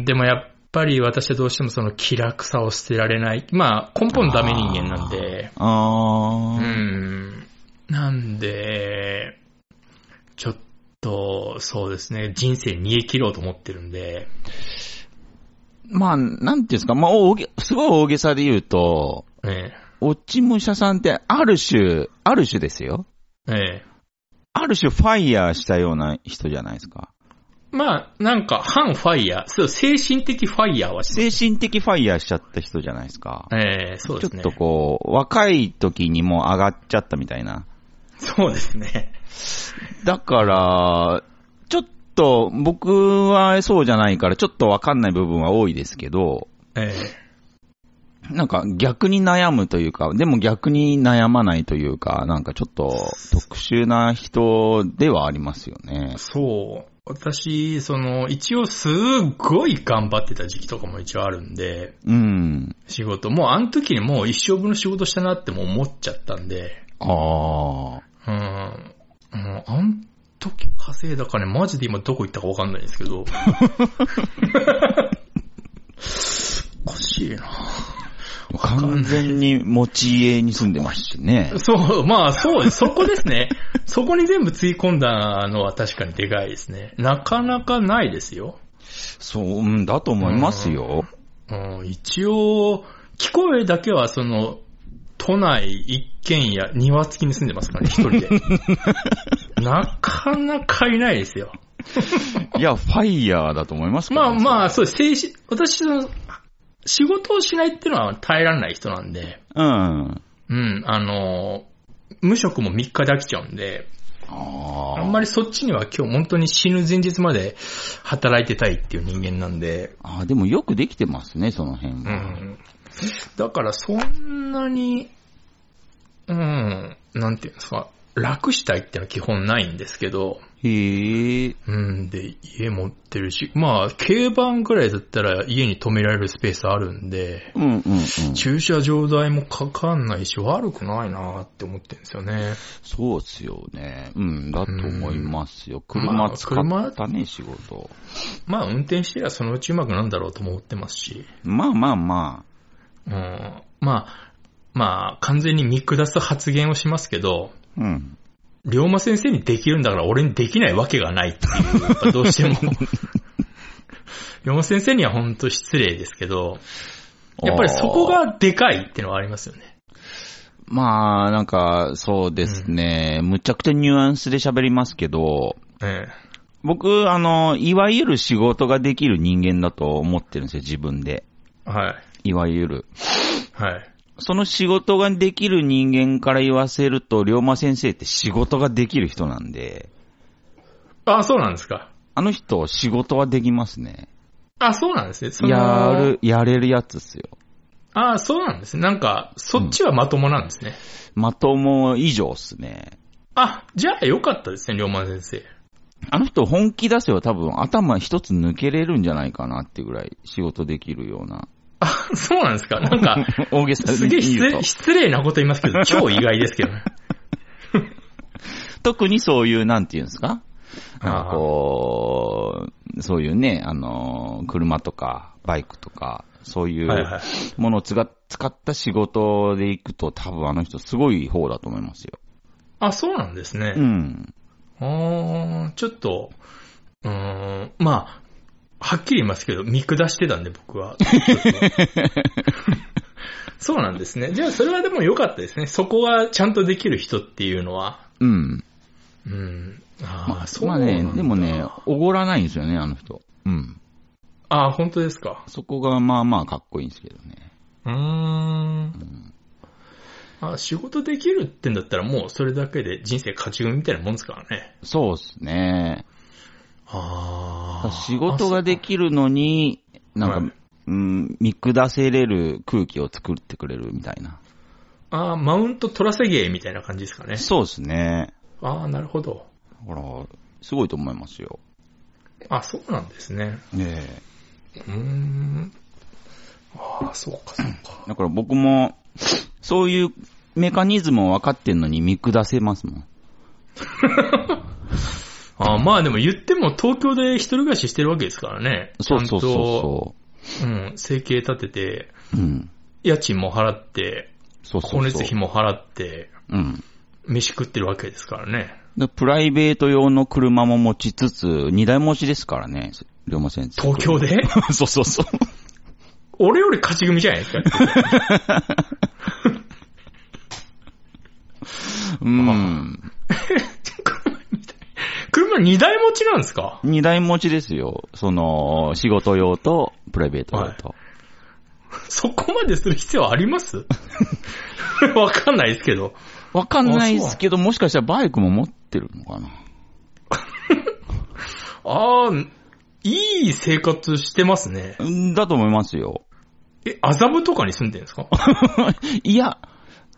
[SPEAKER 2] ん、でもやっぱり私はどうしてもその気楽さを捨てられない。まあ、根本ダメ人間なんで、
[SPEAKER 1] ああ、
[SPEAKER 2] うん、なんで、ちょっと、そうですね、人生煮え切ろうと思ってるんで、
[SPEAKER 1] まあ、なんていうんですか、まあ大げ、すごい大げさで言うと、
[SPEAKER 2] ね、
[SPEAKER 1] 落ち武者さんってある種、ある種ですよ。
[SPEAKER 2] ええ
[SPEAKER 1] ある種ファイヤーしたような人じゃないですか。
[SPEAKER 2] まあ、なんか、反ファイヤー、そう、精神的ファイヤーはして
[SPEAKER 1] 精神的ファイヤーしちゃった人じゃないですか。
[SPEAKER 2] ええそう
[SPEAKER 1] ちょ
[SPEAKER 2] ですね。
[SPEAKER 1] っとこう、若い時にもう上がっちゃったみたいな。
[SPEAKER 2] そうですね。
[SPEAKER 1] だから、ちょっと僕はそうじゃないからちょっとわかんない部分は多いですけど、
[SPEAKER 2] え
[SPEAKER 1] なんか逆に悩むというか、でも逆に悩まないというか、なんかちょっと特殊な人ではありますよね
[SPEAKER 2] え。そう。私、その、一応すっごい頑張ってた時期とかも一応あるんで、
[SPEAKER 1] うん。
[SPEAKER 2] 仕事。もうあの時にもう一生分の仕事したなってもう思っちゃったんで、
[SPEAKER 1] ああ。
[SPEAKER 2] うん、うん、あの時稼いだ金マジで今どこ行ったかわかんないです
[SPEAKER 1] <laughs>
[SPEAKER 2] けど。おかしいな
[SPEAKER 1] 完全に持ち家に住んでますしね。
[SPEAKER 2] そう、まあそうです。そこですね。 <laughs> そこに全部つい込んだのは確かにでかいですね。なかなかないですよ。
[SPEAKER 1] そう、うんだと思いますよ。
[SPEAKER 2] うん、一応、聞こえだけはその、都内一軒家、庭付きに住んでますからね、一人で。 <laughs> なかなかいないですよ。
[SPEAKER 1] いや、ファイヤーだと思いますけど
[SPEAKER 2] まあ
[SPEAKER 1] ね
[SPEAKER 2] まあ、そうです。精神、私の、仕事をしないっていうのは耐えられない人なんで、
[SPEAKER 1] うん。
[SPEAKER 2] うん、あの、無職も3日で飽きちゃうんで、
[SPEAKER 1] あ
[SPEAKER 2] あ
[SPEAKER 1] ー
[SPEAKER 2] んまりそっちには今日本当に死ぬ前日まで働いてたいっていう人間なんで、
[SPEAKER 1] あー、でもよくできてますね、その辺
[SPEAKER 2] う
[SPEAKER 1] は。
[SPEAKER 2] ん。だからそんなに、うん、なんていうんですか、楽したいってのは基本ないんですけど、
[SPEAKER 1] へえ。
[SPEAKER 2] うん、で、家持ってるし、まあ、軽バンぐらいだったら家に止められるスペースあるんで、
[SPEAKER 1] うんうんうん。
[SPEAKER 2] 駐車場代もかかんないし、悪くないなって思ってるんですよね。
[SPEAKER 1] そうっすよね。うん、だと思いますよ。
[SPEAKER 2] ま
[SPEAKER 1] 車
[SPEAKER 2] あ
[SPEAKER 1] 使ったね、仕事。
[SPEAKER 2] まあ、運転してりゃそのうちうまくなんだろうとも思ってますし。
[SPEAKER 1] まあまあま
[SPEAKER 2] うんまあ、まあ、完全に見下す発言をしますけど、
[SPEAKER 1] あ。うん。
[SPEAKER 2] 龍馬先生にできるんだから俺にできないわけがないっていう、やっぱどうしても。
[SPEAKER 1] <laughs>
[SPEAKER 2] 龍馬先生には本当失礼ですけど、やっぱりそこがでかいっていうのはありますよね。
[SPEAKER 1] まあ、なんか、そうですね、むちゃくちゃニュアンスで喋りますけど、
[SPEAKER 2] ええ
[SPEAKER 1] 僕、あの、いわゆる仕事ができる人間だと思ってるんですよ、自分で。
[SPEAKER 2] はい。
[SPEAKER 1] いわゆる。
[SPEAKER 2] はい。
[SPEAKER 1] その仕事ができる人間から言わせると、龍馬先生って仕事ができる人なんで、
[SPEAKER 2] あ、そうなんですか。
[SPEAKER 1] あの人、仕事はできますね。
[SPEAKER 2] あ、そうなんですね。その
[SPEAKER 1] やる、やれるやつっすよ。
[SPEAKER 2] あ、そうなんですね。なんか、そっちはまともなんですね。
[SPEAKER 1] まとも以上っすね。
[SPEAKER 2] あ、じゃあよかったですね、龍馬先生。
[SPEAKER 1] あの人本気出せば多分頭一つ抜けれるんじゃないかなってぐらい仕事できるような。
[SPEAKER 2] あ、そうなんですか。なんか、
[SPEAKER 1] 大げさ
[SPEAKER 2] すげえ
[SPEAKER 1] に
[SPEAKER 2] 失
[SPEAKER 1] 言うと
[SPEAKER 2] 礼。失礼なこと言いますけ
[SPEAKER 1] <laughs>
[SPEAKER 2] ど、超意外ですけどね。
[SPEAKER 1] 特にそういう、なんていうんですかなんか
[SPEAKER 2] あー
[SPEAKER 1] こう、そういうね、あのー、車とか、バイクとか、そうい
[SPEAKER 2] はいは
[SPEAKER 1] う
[SPEAKER 2] い
[SPEAKER 1] ものをつが使った仕事で行くと多分あの人すごい方だと思いますよ。
[SPEAKER 2] あ、そうなんですね。
[SPEAKER 1] うん。
[SPEAKER 2] あーちょっと、うーん、まあ、はっきり言いますけど、見下してたんで僕は。 <laughs> そうなんですね。じゃあそれはでも良かったですね。そこはちゃんとできる人っていうのは。
[SPEAKER 1] うん。
[SPEAKER 2] うん。ああ、そう
[SPEAKER 1] ま
[SPEAKER 2] な
[SPEAKER 1] あ
[SPEAKER 2] んだ。
[SPEAKER 1] ね、でもね、おごらないんですよね、あの人。うん。
[SPEAKER 2] ああ、本当ですか。
[SPEAKER 1] そこがまあまあかっこいいんですけどね。
[SPEAKER 2] うーん。あ仕事できるってんだったらもうそれだけで人生勝ち組みたいなもんですからね。
[SPEAKER 1] そうですね。
[SPEAKER 2] ああ。
[SPEAKER 1] 仕事ができるのに、なんか、
[SPEAKER 2] はい
[SPEAKER 1] うん、見下せれる空気を作ってくれるみたいな。
[SPEAKER 2] ああ、マウント取らせ芸みたいな感じですかね。
[SPEAKER 1] そうですね。
[SPEAKER 2] ああ、なるほど。
[SPEAKER 1] ほら、すごいと思いますよ。
[SPEAKER 2] あ、そうなんですね。
[SPEAKER 1] ねえ。
[SPEAKER 2] うーん。ああ、そうか、そうか。
[SPEAKER 1] だから僕も、そういうメカニズムを分かってんのに見下せますもん。
[SPEAKER 2] ああ、まあでも言っても東京で一人暮らししてるわけですからね。
[SPEAKER 1] そうそうそ
[SPEAKER 2] ちゃんと、うん、生計立てて、
[SPEAKER 1] うそう。うん。
[SPEAKER 2] 家賃も払って、
[SPEAKER 1] そうそうそう。
[SPEAKER 2] 光熱費も払って、
[SPEAKER 1] うん。
[SPEAKER 2] 飯食ってるわけですからね。
[SPEAKER 1] でプライベート用の車も持ちつつ、二台持ちですからね、龍馬先生。
[SPEAKER 2] 東京で <laughs>
[SPEAKER 1] そう <laughs> そうそう。
[SPEAKER 2] 俺より勝ち組じゃないですか。
[SPEAKER 1] うん。
[SPEAKER 2] 車2台持ちなんですか
[SPEAKER 1] 二台持ちですよ。その、仕事用とプライベート用と。
[SPEAKER 2] そこまでする必要あります <laughs> わかんないですけど。
[SPEAKER 1] わ、かんないですけど、もしかしたらバイクも持ってるのかな。
[SPEAKER 2] ああ、いい生活してますね。
[SPEAKER 1] うんだと思いますよ。
[SPEAKER 2] え、麻布とかに住んでるんですか <laughs>
[SPEAKER 1] いや、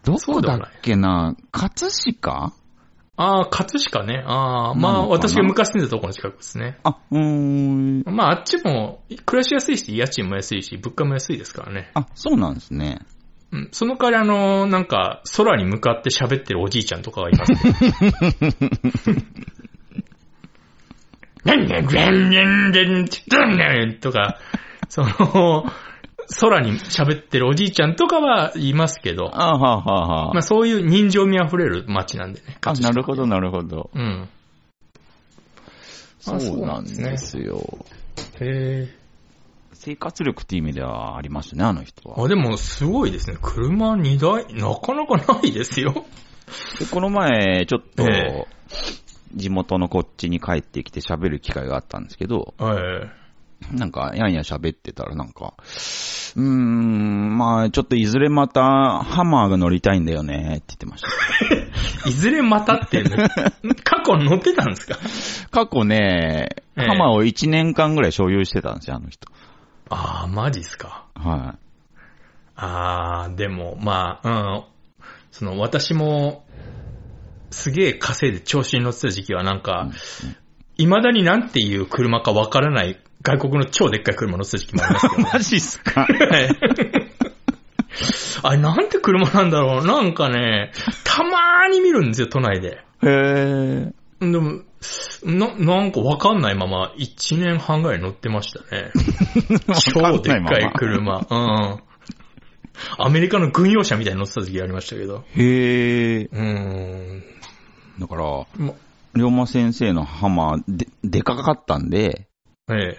[SPEAKER 1] どこだっ
[SPEAKER 2] そう
[SPEAKER 1] けな、葛飾
[SPEAKER 2] ああ、葛飾ね。ああ、ま
[SPEAKER 1] なの
[SPEAKER 2] あ
[SPEAKER 1] かな
[SPEAKER 2] 私が昔住んでたところの近くですね。
[SPEAKER 1] あ、うーん。
[SPEAKER 2] まああっちも暮らしやすいし、家賃も安いし、物価も安いですからね。
[SPEAKER 1] あ、そうなんですね。
[SPEAKER 2] うん。その代わりあの、なんか空に向かって喋ってるおじいちゃんとかがいます、ね。なんで、なんで、なんで、なんで、とか、その、空に喋ってるおじいちゃんとかはいますけど、
[SPEAKER 1] あはあはあはあ。
[SPEAKER 2] まあそういう人情味あふれる街なんでね。
[SPEAKER 1] あ、なるほど、なるほど。
[SPEAKER 2] うん。
[SPEAKER 1] そ
[SPEAKER 2] あそう
[SPEAKER 1] うな
[SPEAKER 2] なん
[SPEAKER 1] ん
[SPEAKER 2] ですね
[SPEAKER 1] ですよ。
[SPEAKER 2] へえ。
[SPEAKER 1] 生活力っていう意味ではありますね、あの人は。
[SPEAKER 2] あ、でもすごいですね。車2台、なかなかないですよ。
[SPEAKER 1] でこの前、ちょっと
[SPEAKER 2] え、
[SPEAKER 1] 地元のこっちに帰ってきて喋る機会があったんですけど、
[SPEAKER 2] はい。
[SPEAKER 1] なんか、やんや喋ってたらなんか、うーん、まあちょっといずれまた、ハマーが乗りたいんだよね、って言ってました。
[SPEAKER 2] いずれまたって、過去乗ってたんですか
[SPEAKER 1] 過去ね、
[SPEAKER 2] ええ
[SPEAKER 1] ハマーを1年間ぐらい所有してたんですよ、あの人。
[SPEAKER 2] ああ、マジっすか。
[SPEAKER 1] は
[SPEAKER 2] ああ、でも、まあ、うん。その、私も、すげえ稼いで調子に乗ってた時期はなんか、未だになんていう車かわからない外国の超でっかい車乗ってた時期もあり <laughs> ますけど
[SPEAKER 1] い。マジっすか
[SPEAKER 2] あれ、なんて車なんだろうなんかね、たまーに見るんですよ、都内で。
[SPEAKER 1] <laughs> へえ。
[SPEAKER 2] でも、な、なんかわかんないまま、1年半ぐらい乗ってました <laughs> ね。超でっかい車。うん。アメリカの軍用車みたいに乗ってた時期ありましたけど。
[SPEAKER 1] へえ。
[SPEAKER 2] うーん。
[SPEAKER 1] だから、
[SPEAKER 2] も
[SPEAKER 1] 龍馬先生のハマーで、でかかったんで、
[SPEAKER 2] うええ。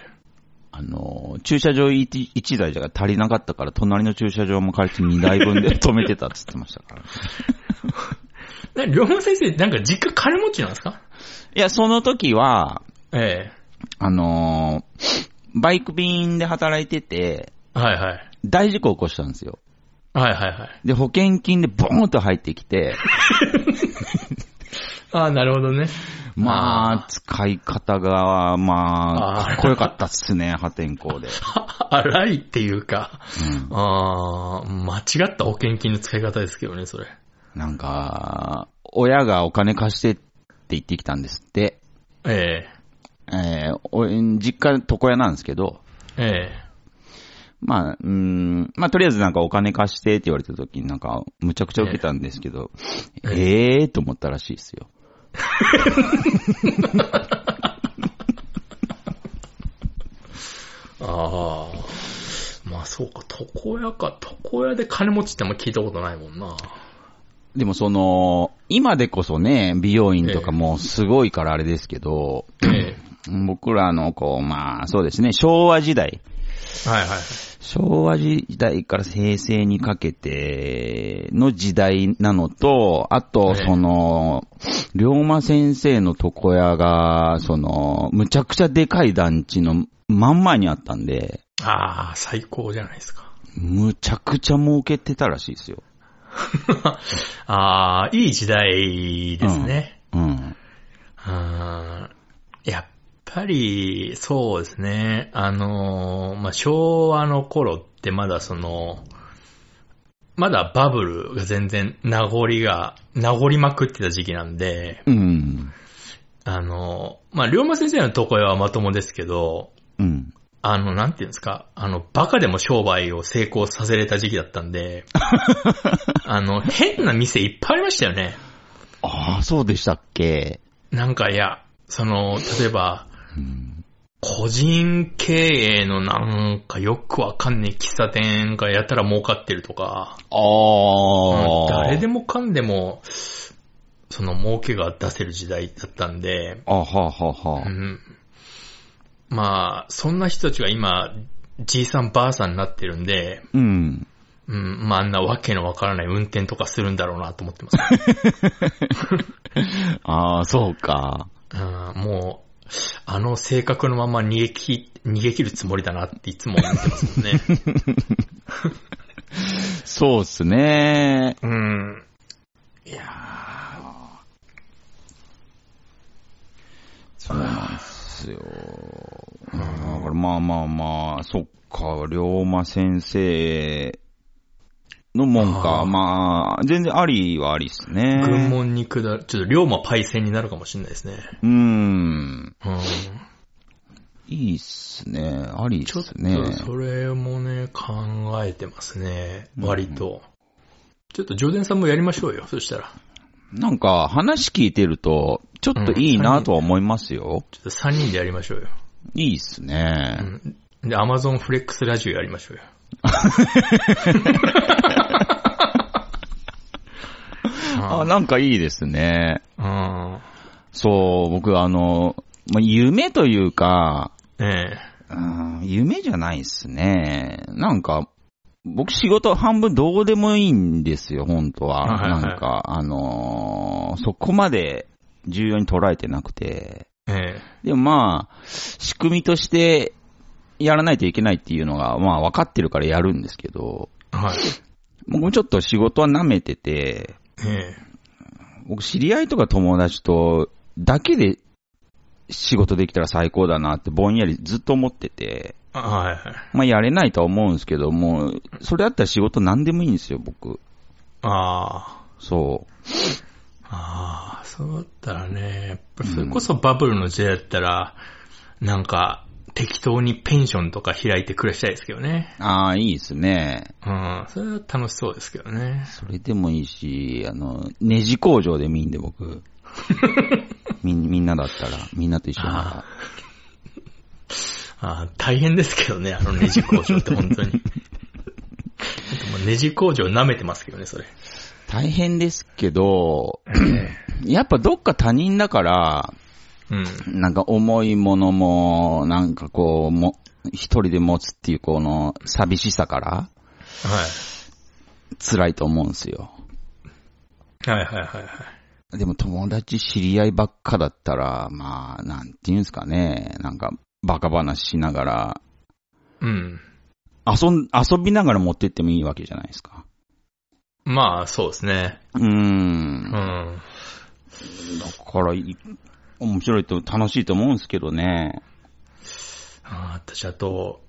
[SPEAKER 1] あのー、駐車場 1, 台じゃ足りなかったから、隣の駐車場も借りて2台分で <laughs> 止めてたって言ってましたから。
[SPEAKER 2] な、龍馬先生、なんか実家金持ちなんですか
[SPEAKER 1] いや、その時は、
[SPEAKER 2] え
[SPEAKER 1] あのーバイク便で働いてて、
[SPEAKER 2] え。はいはい。
[SPEAKER 1] 大事故起こしたんですよ。
[SPEAKER 2] はいはいはい。
[SPEAKER 1] で、保険金でボーンと入ってき
[SPEAKER 2] <laughs>
[SPEAKER 1] て、
[SPEAKER 2] ああ、なるほどね。 <laughs>
[SPEAKER 1] まあ、使い方が、まあ、
[SPEAKER 2] あー
[SPEAKER 1] かっこよかったっすね、破天荒
[SPEAKER 2] <laughs>
[SPEAKER 1] で。
[SPEAKER 2] 荒いっていうか、
[SPEAKER 1] うん
[SPEAKER 2] ああ、間違った保険金の使い方ですけどね、それ。
[SPEAKER 1] なんか、親がお金貸してって言ってきたんですって。
[SPEAKER 2] え
[SPEAKER 1] えーお実家、床屋なんですけど、
[SPEAKER 2] え。え
[SPEAKER 1] まあ、うーん、まあ、とりあえずなんかお金貸してって言われた時になんか、むちゃくちゃ受けたんですけど、えー、と思ったらしいですよ。
[SPEAKER 2] え。ああ。まあそうか、床屋か。床屋で金持ちってあんま聞いたことないもんな。
[SPEAKER 1] でもその、今でこそね、美容院とかもすごいからあれですけど、
[SPEAKER 2] え
[SPEAKER 1] 僕らのこう、まあ、そうですね、昭和時代、
[SPEAKER 2] え。はいはい。
[SPEAKER 1] 昭和時代から平成にかけての時代なのと、あと、
[SPEAKER 2] ええ
[SPEAKER 1] その、龍馬先生の床屋が、その、むちゃくちゃでかい団地の真ん前にあったんで、
[SPEAKER 2] ああ、最高じゃないですか。 <laughs>
[SPEAKER 1] むちゃくちゃ儲けてたらしいですよ。
[SPEAKER 2] ああ、いい時代ですね。
[SPEAKER 1] うん。
[SPEAKER 2] うーんやっぱり、そうですね。あのー、まあ、昭和の頃ってまだその、まだバブルが全然名残が、名残まくってた時期なんで、
[SPEAKER 1] うん。
[SPEAKER 2] あのー、まあ、龍馬先生のとこはまともですけど、
[SPEAKER 1] うん。
[SPEAKER 2] あの、なんていうんですか、あの、バカでも商売を成功させれた時期だったんで、あの、変な店いっぱいありましたよね。
[SPEAKER 1] ああ、そうでしたっけ。
[SPEAKER 2] なんかいや、その、例えば、
[SPEAKER 1] うん。
[SPEAKER 2] 個人経営のなんかよくわかんねえ喫茶店がやたら儲かってるとか、
[SPEAKER 1] ああ、
[SPEAKER 2] 誰で
[SPEAKER 1] も。
[SPEAKER 2] もかんでも、その儲けが出せる時代だったんで、
[SPEAKER 1] あはあはあはあ。
[SPEAKER 2] うん、まあ、そんな人たちが今、じいさんばあさんになってるんで、
[SPEAKER 1] うん。
[SPEAKER 2] うん、まああんなわけのわからない運転とかするんだろうなと思っ
[SPEAKER 1] <laughs>
[SPEAKER 2] てます。
[SPEAKER 1] ああ、そうか。
[SPEAKER 2] うん、もう、あの性格のまま逃げき、逃げ切るつもりだなっていつも思ってます
[SPEAKER 1] <laughs>
[SPEAKER 2] もんね。
[SPEAKER 1] そうっすね。
[SPEAKER 2] うん。
[SPEAKER 1] そうなんですよ。だからまあまあまあ、そっか、龍馬先生のもん
[SPEAKER 2] あ
[SPEAKER 1] か。
[SPEAKER 2] ー
[SPEAKER 1] まあ、全然ありはありっすね。
[SPEAKER 2] 軍門に下る、ちょっと龍馬パイセンになるかもしれないですね。
[SPEAKER 1] うーん。
[SPEAKER 2] うん。
[SPEAKER 1] いいっすね。ありっ
[SPEAKER 2] ちょっ
[SPEAKER 1] す
[SPEAKER 2] と
[SPEAKER 1] ね。
[SPEAKER 2] それもね、考えてますね。割と。ちょっとジョーデンさんもやりましょうよ、そしたら。
[SPEAKER 1] なんか、話聞いてると、ちょっといいなとは思いますよ。
[SPEAKER 2] ちょっと3人でやりましょうよ。
[SPEAKER 1] いいっす
[SPEAKER 2] う
[SPEAKER 1] ね。
[SPEAKER 2] ん。で、アマゾンフレックスラジオやりましょうよ。
[SPEAKER 1] あ、なんかいいですね。
[SPEAKER 2] うん。
[SPEAKER 1] そう、僕、あの、まあ、夢というか、
[SPEAKER 2] ええ。
[SPEAKER 1] うん夢じゃないっすね。なんか、僕仕事半分どうでもいいんですよ、本当は。
[SPEAKER 2] はいはいはい
[SPEAKER 1] なんか、あのーそこまで重要に捉えてなくて。
[SPEAKER 2] ええ。
[SPEAKER 1] でもまあ、仕組みとしてやらないといけないっていうのが、まあ分かってるからやるんですけど、
[SPEAKER 2] はい。
[SPEAKER 1] 僕もちょっと仕事は舐めてて、
[SPEAKER 2] え
[SPEAKER 1] 僕知り合いとか友達とだけで仕事できたら最高だなってぼんやりずっと思ってて、
[SPEAKER 2] え。はいはい。
[SPEAKER 1] まあ、やれないとは思うんですけども、それだったら仕事何でもいいんですよ、僕。
[SPEAKER 2] ああ。
[SPEAKER 1] そ
[SPEAKER 2] ああ、そうだったらね、やっぱそれこそバブルの時代だったら、なんか、適当にペンションとか開いて暮らしたいですけどね。
[SPEAKER 1] う。ああ、いいですね。
[SPEAKER 2] うん、それは楽しそうですけどね。
[SPEAKER 1] それでもいいし、あの、ネジ工場でもいいんで、僕。みん、みんなだったら、みんなと一緒な
[SPEAKER 2] あー大変ですけどね、あの <laughs> ネジ工場って本当に。でもネジ工場舐めてますけどね、それ。
[SPEAKER 1] 大変ですけど、やっぱどっか他人だから、
[SPEAKER 2] うん。
[SPEAKER 1] なんか重いものも、なんかこう、も、一人で持つっていうこの寂しさから辛いと思うんですよ。
[SPEAKER 2] はいはいはいはいはい。
[SPEAKER 1] でも友達知り合いばっかだったら、まあ、なんていうんですかね、なんかバカ話しながら、
[SPEAKER 2] うん。
[SPEAKER 1] 遊ん、遊びながら持ってってもいいわけじゃないですか。
[SPEAKER 2] まあ、そうですね。
[SPEAKER 1] うー。
[SPEAKER 2] うん
[SPEAKER 1] だ
[SPEAKER 2] ん。
[SPEAKER 1] からい、面白いと、楽しいと思うんですけどね。
[SPEAKER 2] あ私、あと、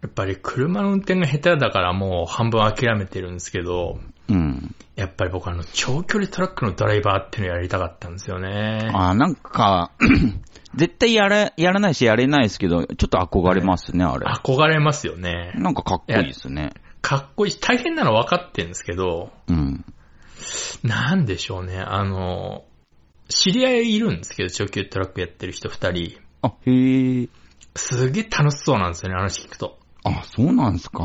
[SPEAKER 2] やっぱり車の運転が下手だからもう半分諦めてるんですけど、
[SPEAKER 1] うん。
[SPEAKER 2] やっぱり僕あの、長距離トラックのドライバーっていうのやりたかったんですよね。
[SPEAKER 1] あーなんか、 <clears throat> 絶対やら、やらないしやれないですけど、ちょっと憧れますね、あれ。
[SPEAKER 2] 憧れますよね。
[SPEAKER 1] なんかかっこいいですね。
[SPEAKER 2] かっこいいし、大変なの分かってるんですけど、
[SPEAKER 1] うん。
[SPEAKER 2] なんでしょうね、あの、知り合いいるんですけど、長距離トラックやってる人二人。
[SPEAKER 1] あ、へえ。
[SPEAKER 2] すげえ楽しそうなんですよね、話聞くと。
[SPEAKER 1] あ、そうなんです
[SPEAKER 2] う
[SPEAKER 1] か。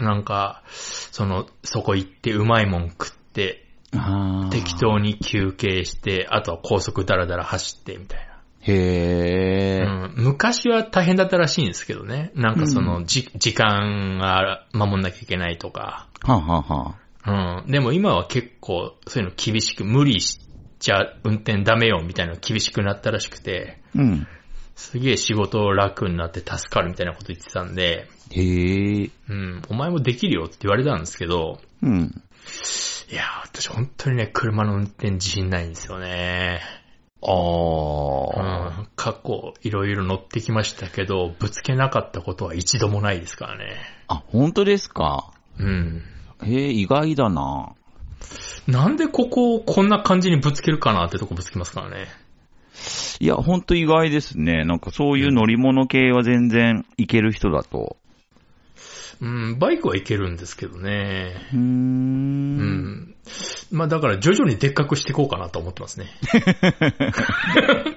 [SPEAKER 2] ん。なんか、その、そこ行ってうまいもん食って、
[SPEAKER 1] あー
[SPEAKER 2] 適。当に休憩して、あとは高速ダラダラ走って、みたいな。
[SPEAKER 1] へえ。
[SPEAKER 2] うん、昔は大変だったらしいんですけどね。なんかその、じ時間が守んなきゃいけないとか。
[SPEAKER 1] はあ、はあはあ、
[SPEAKER 2] うん。でも今は結構、そういうの厳しく、無理しちゃ運転ダメよ、みたいなの厳しくなったらしくて、
[SPEAKER 1] うん。
[SPEAKER 2] すげえ仕事楽になって助かるみたいなこと言ってたんで、
[SPEAKER 1] へえ。
[SPEAKER 2] うん、お前もできるよって言われたんですけど、
[SPEAKER 1] うん。
[SPEAKER 2] いやー、私本当にね、車の運転自信ないんですよね。う
[SPEAKER 1] ああ。
[SPEAKER 2] ん、過去いろいろ乗ってきましたけど、ぶつけなかったことは一度もないですからね。
[SPEAKER 1] あ、本当ですか。
[SPEAKER 2] うん。
[SPEAKER 1] へえ、意外だな。
[SPEAKER 2] なんでここをこんな感じにぶつけるかなってとこぶつけますからね。
[SPEAKER 1] いや、本当意外ですね。なんかそういう乗り物系は全然いける人だと。
[SPEAKER 2] うん、バイクはいけるんですけどね。
[SPEAKER 1] うー。
[SPEAKER 2] うんん。まあだから徐々にでっかくしていこうかなと思ってますね。
[SPEAKER 1] <laughs> いいっ
[SPEAKER 2] 軽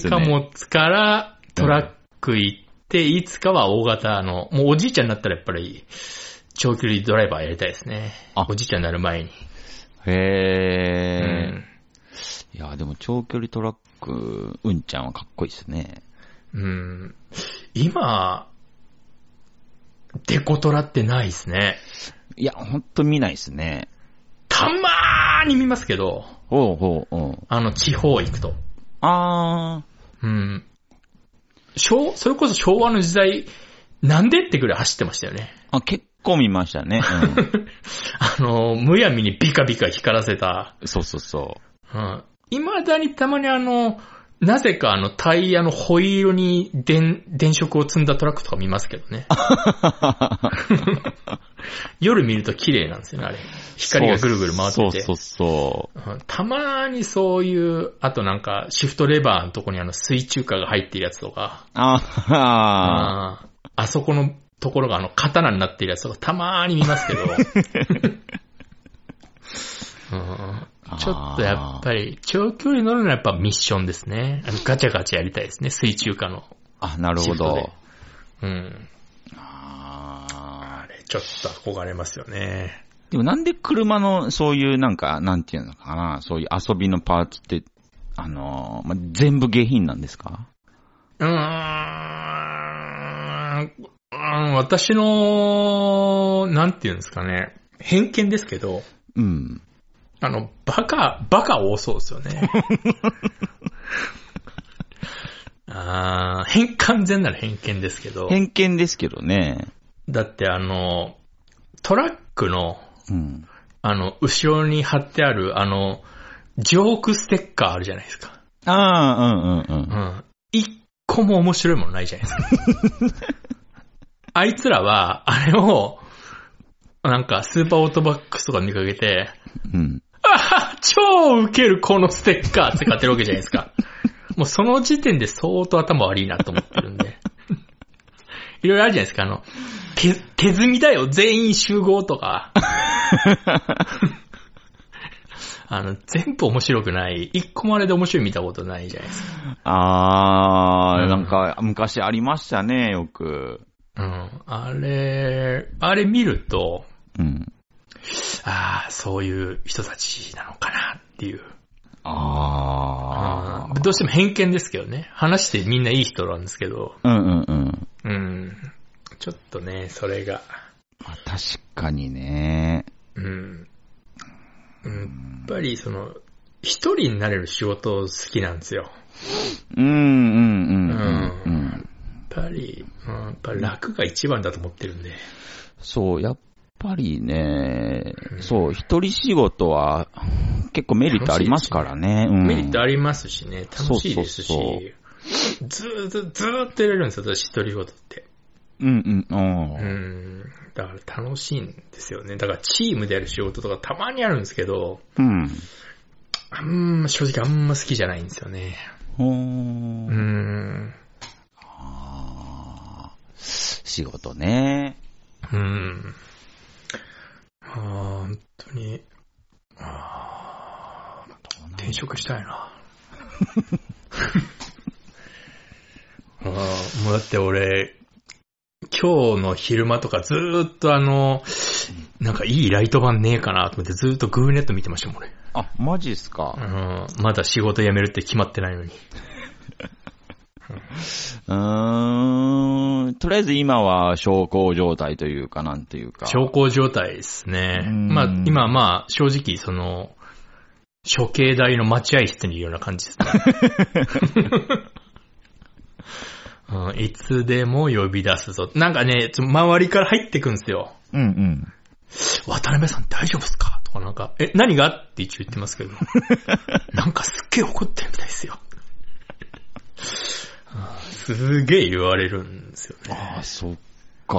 [SPEAKER 1] すね
[SPEAKER 2] 貨物からトラック行って、いつかは大型の、もうおじいちゃんになったらやっぱり長距離ドライバーやりたいですね。
[SPEAKER 1] あ
[SPEAKER 2] おじいちゃんになる前に。
[SPEAKER 1] へ
[SPEAKER 2] う
[SPEAKER 1] え。
[SPEAKER 2] ん。
[SPEAKER 1] いや、でも長距離トラック、うんちゃんはかっこいいですね。
[SPEAKER 2] うん。今、デコトラってないですね。
[SPEAKER 1] いや、ほんと見ないですね。
[SPEAKER 2] たまーに見ますけど、
[SPEAKER 1] ほうほうほう。
[SPEAKER 2] あの、地方行くと。
[SPEAKER 1] あ
[SPEAKER 2] うん。昭、それこそ昭和の時代、なんでってぐらい走ってましたよね。
[SPEAKER 1] ー。あ、結構見ましたね。
[SPEAKER 2] あの、むやみにビカビカ光らせた。
[SPEAKER 1] うん、そうそうそ
[SPEAKER 2] うん。未だにたまにあの、なぜかあのタイヤのホイールに電、電飾を積んだトラックとか見ますけ
[SPEAKER 1] <laughs>
[SPEAKER 2] どね。夜見ると綺麗なんですよね、あれ。
[SPEAKER 1] う。
[SPEAKER 2] 光がぐるぐる回ってて。
[SPEAKER 1] そうそうそ
[SPEAKER 2] うんたまにそういう、あとなんか、シフトレバーのとこにあの水中華が入ってるやつとか、
[SPEAKER 1] う。ああ。
[SPEAKER 2] あーあそこのところがあの、刀になってるやつとかたまに見ますけ <laughs> ど、うんちょっとやっぱり、長距離乗るのはやっぱミッションですね。あのガチャガチャやりたいですね、水中華の。
[SPEAKER 1] あ、なる
[SPEAKER 2] シ
[SPEAKER 1] ほ
[SPEAKER 2] フト
[SPEAKER 1] ど
[SPEAKER 2] で。うん。
[SPEAKER 1] あ
[SPEAKER 2] あれ、ちょっと憧れますよね。
[SPEAKER 1] ーでもなんで車のそういうなんか、なんていうのかな、そういう遊びのパーツって、あのーまあ、全部下品なんですか
[SPEAKER 2] うーん、うん私の、なんていうんですかね、偏見ですけど、
[SPEAKER 1] うん。
[SPEAKER 2] あの、バカ、バカ多そうですよね。 <laughs> あー偏完全なら偏見ですけど、
[SPEAKER 1] 偏見ですけどね。
[SPEAKER 2] だってあの、トラックの、
[SPEAKER 1] うん。
[SPEAKER 2] あの、後ろに貼ってある、あの、ジョークステッカーあるじゃないですか。
[SPEAKER 1] ああ、うんうんうん
[SPEAKER 2] う。ん。一個も面白いものないじゃないですか。あいつらは、あれを、なんか、スーパーオートバックスとか見かけて、
[SPEAKER 1] うん。
[SPEAKER 2] あは超ウケるこのステッカーって買ってるわけじゃないですか。もうその時点で相当頭悪いなと思ってるんで。いろいろあるじゃないですか、あの、手、手積みだよ、全員集合とか。あの、全部面白くない。一個もあれで面白い見たことないじゃないですか。
[SPEAKER 1] あー、
[SPEAKER 2] うん
[SPEAKER 1] なんか、昔ありましたね、よく。
[SPEAKER 2] うん。あれ、あれ見ると、
[SPEAKER 1] うん。
[SPEAKER 2] ああ、そういう人たちなのかなっていう。
[SPEAKER 1] ああ。
[SPEAKER 2] うんどうしても偏見ですけどね。話してみんないい人なんですけど。
[SPEAKER 1] うんうんうん。
[SPEAKER 2] うん。ちょっとね、それが。
[SPEAKER 1] まあ、確かにね。
[SPEAKER 2] うん。うんやっぱりその、一人になれる仕事好きなんですよ。
[SPEAKER 1] うんうんうんうんう
[SPEAKER 2] うん
[SPEAKER 1] ん。
[SPEAKER 2] やっぱり、うん、やっぱり楽が一番だと思ってるんで。
[SPEAKER 1] そう、やっぱりね、そう、一人仕事は結構メリットありますからね。うん、
[SPEAKER 2] メリットありますしね、楽しいですし
[SPEAKER 1] そうそう、
[SPEAKER 2] ずーっと、ずーっとやれるんですよ、私一人ごとって。
[SPEAKER 1] うんうん。
[SPEAKER 2] う。
[SPEAKER 1] うん
[SPEAKER 2] だから楽しいんですよね。だからチームでやる仕事とかたまにあるんですけど、
[SPEAKER 1] ん。
[SPEAKER 2] あんま、正直あんま好きじゃないんですよね。
[SPEAKER 1] うん。
[SPEAKER 2] う
[SPEAKER 1] ほー
[SPEAKER 2] ん。
[SPEAKER 1] あー仕事ね。
[SPEAKER 2] うん。あー本当に、あー転職したいな。あーもうだって俺、今日の昼間とかずーっとあの、なんかいいライト版ねえかなと思ってずーっとグーネット見てましたもん、俺。
[SPEAKER 1] あ、マジっすか。
[SPEAKER 2] うん、まだ仕事辞めるって決まってないのに。
[SPEAKER 1] うーん。とりあえず今は小康状態というか、なんていうか。
[SPEAKER 2] 小康状態ですね。
[SPEAKER 1] うん
[SPEAKER 2] まあ、今まあ、正直、その、処刑台の待合室にいるような感じですね。うんいつでも呼び出すぞ。なんかね、ちょ周りから入ってくんですよ。
[SPEAKER 1] うんうん。
[SPEAKER 2] 渡辺さん大丈夫っすかとかなんか、え、何がって一応言ってますけ <laughs> ど。なんかすっげえ怒ってるみたいですよ。あーすげえ言われるんですよね。
[SPEAKER 1] ああ、そっ
[SPEAKER 2] う
[SPEAKER 1] か。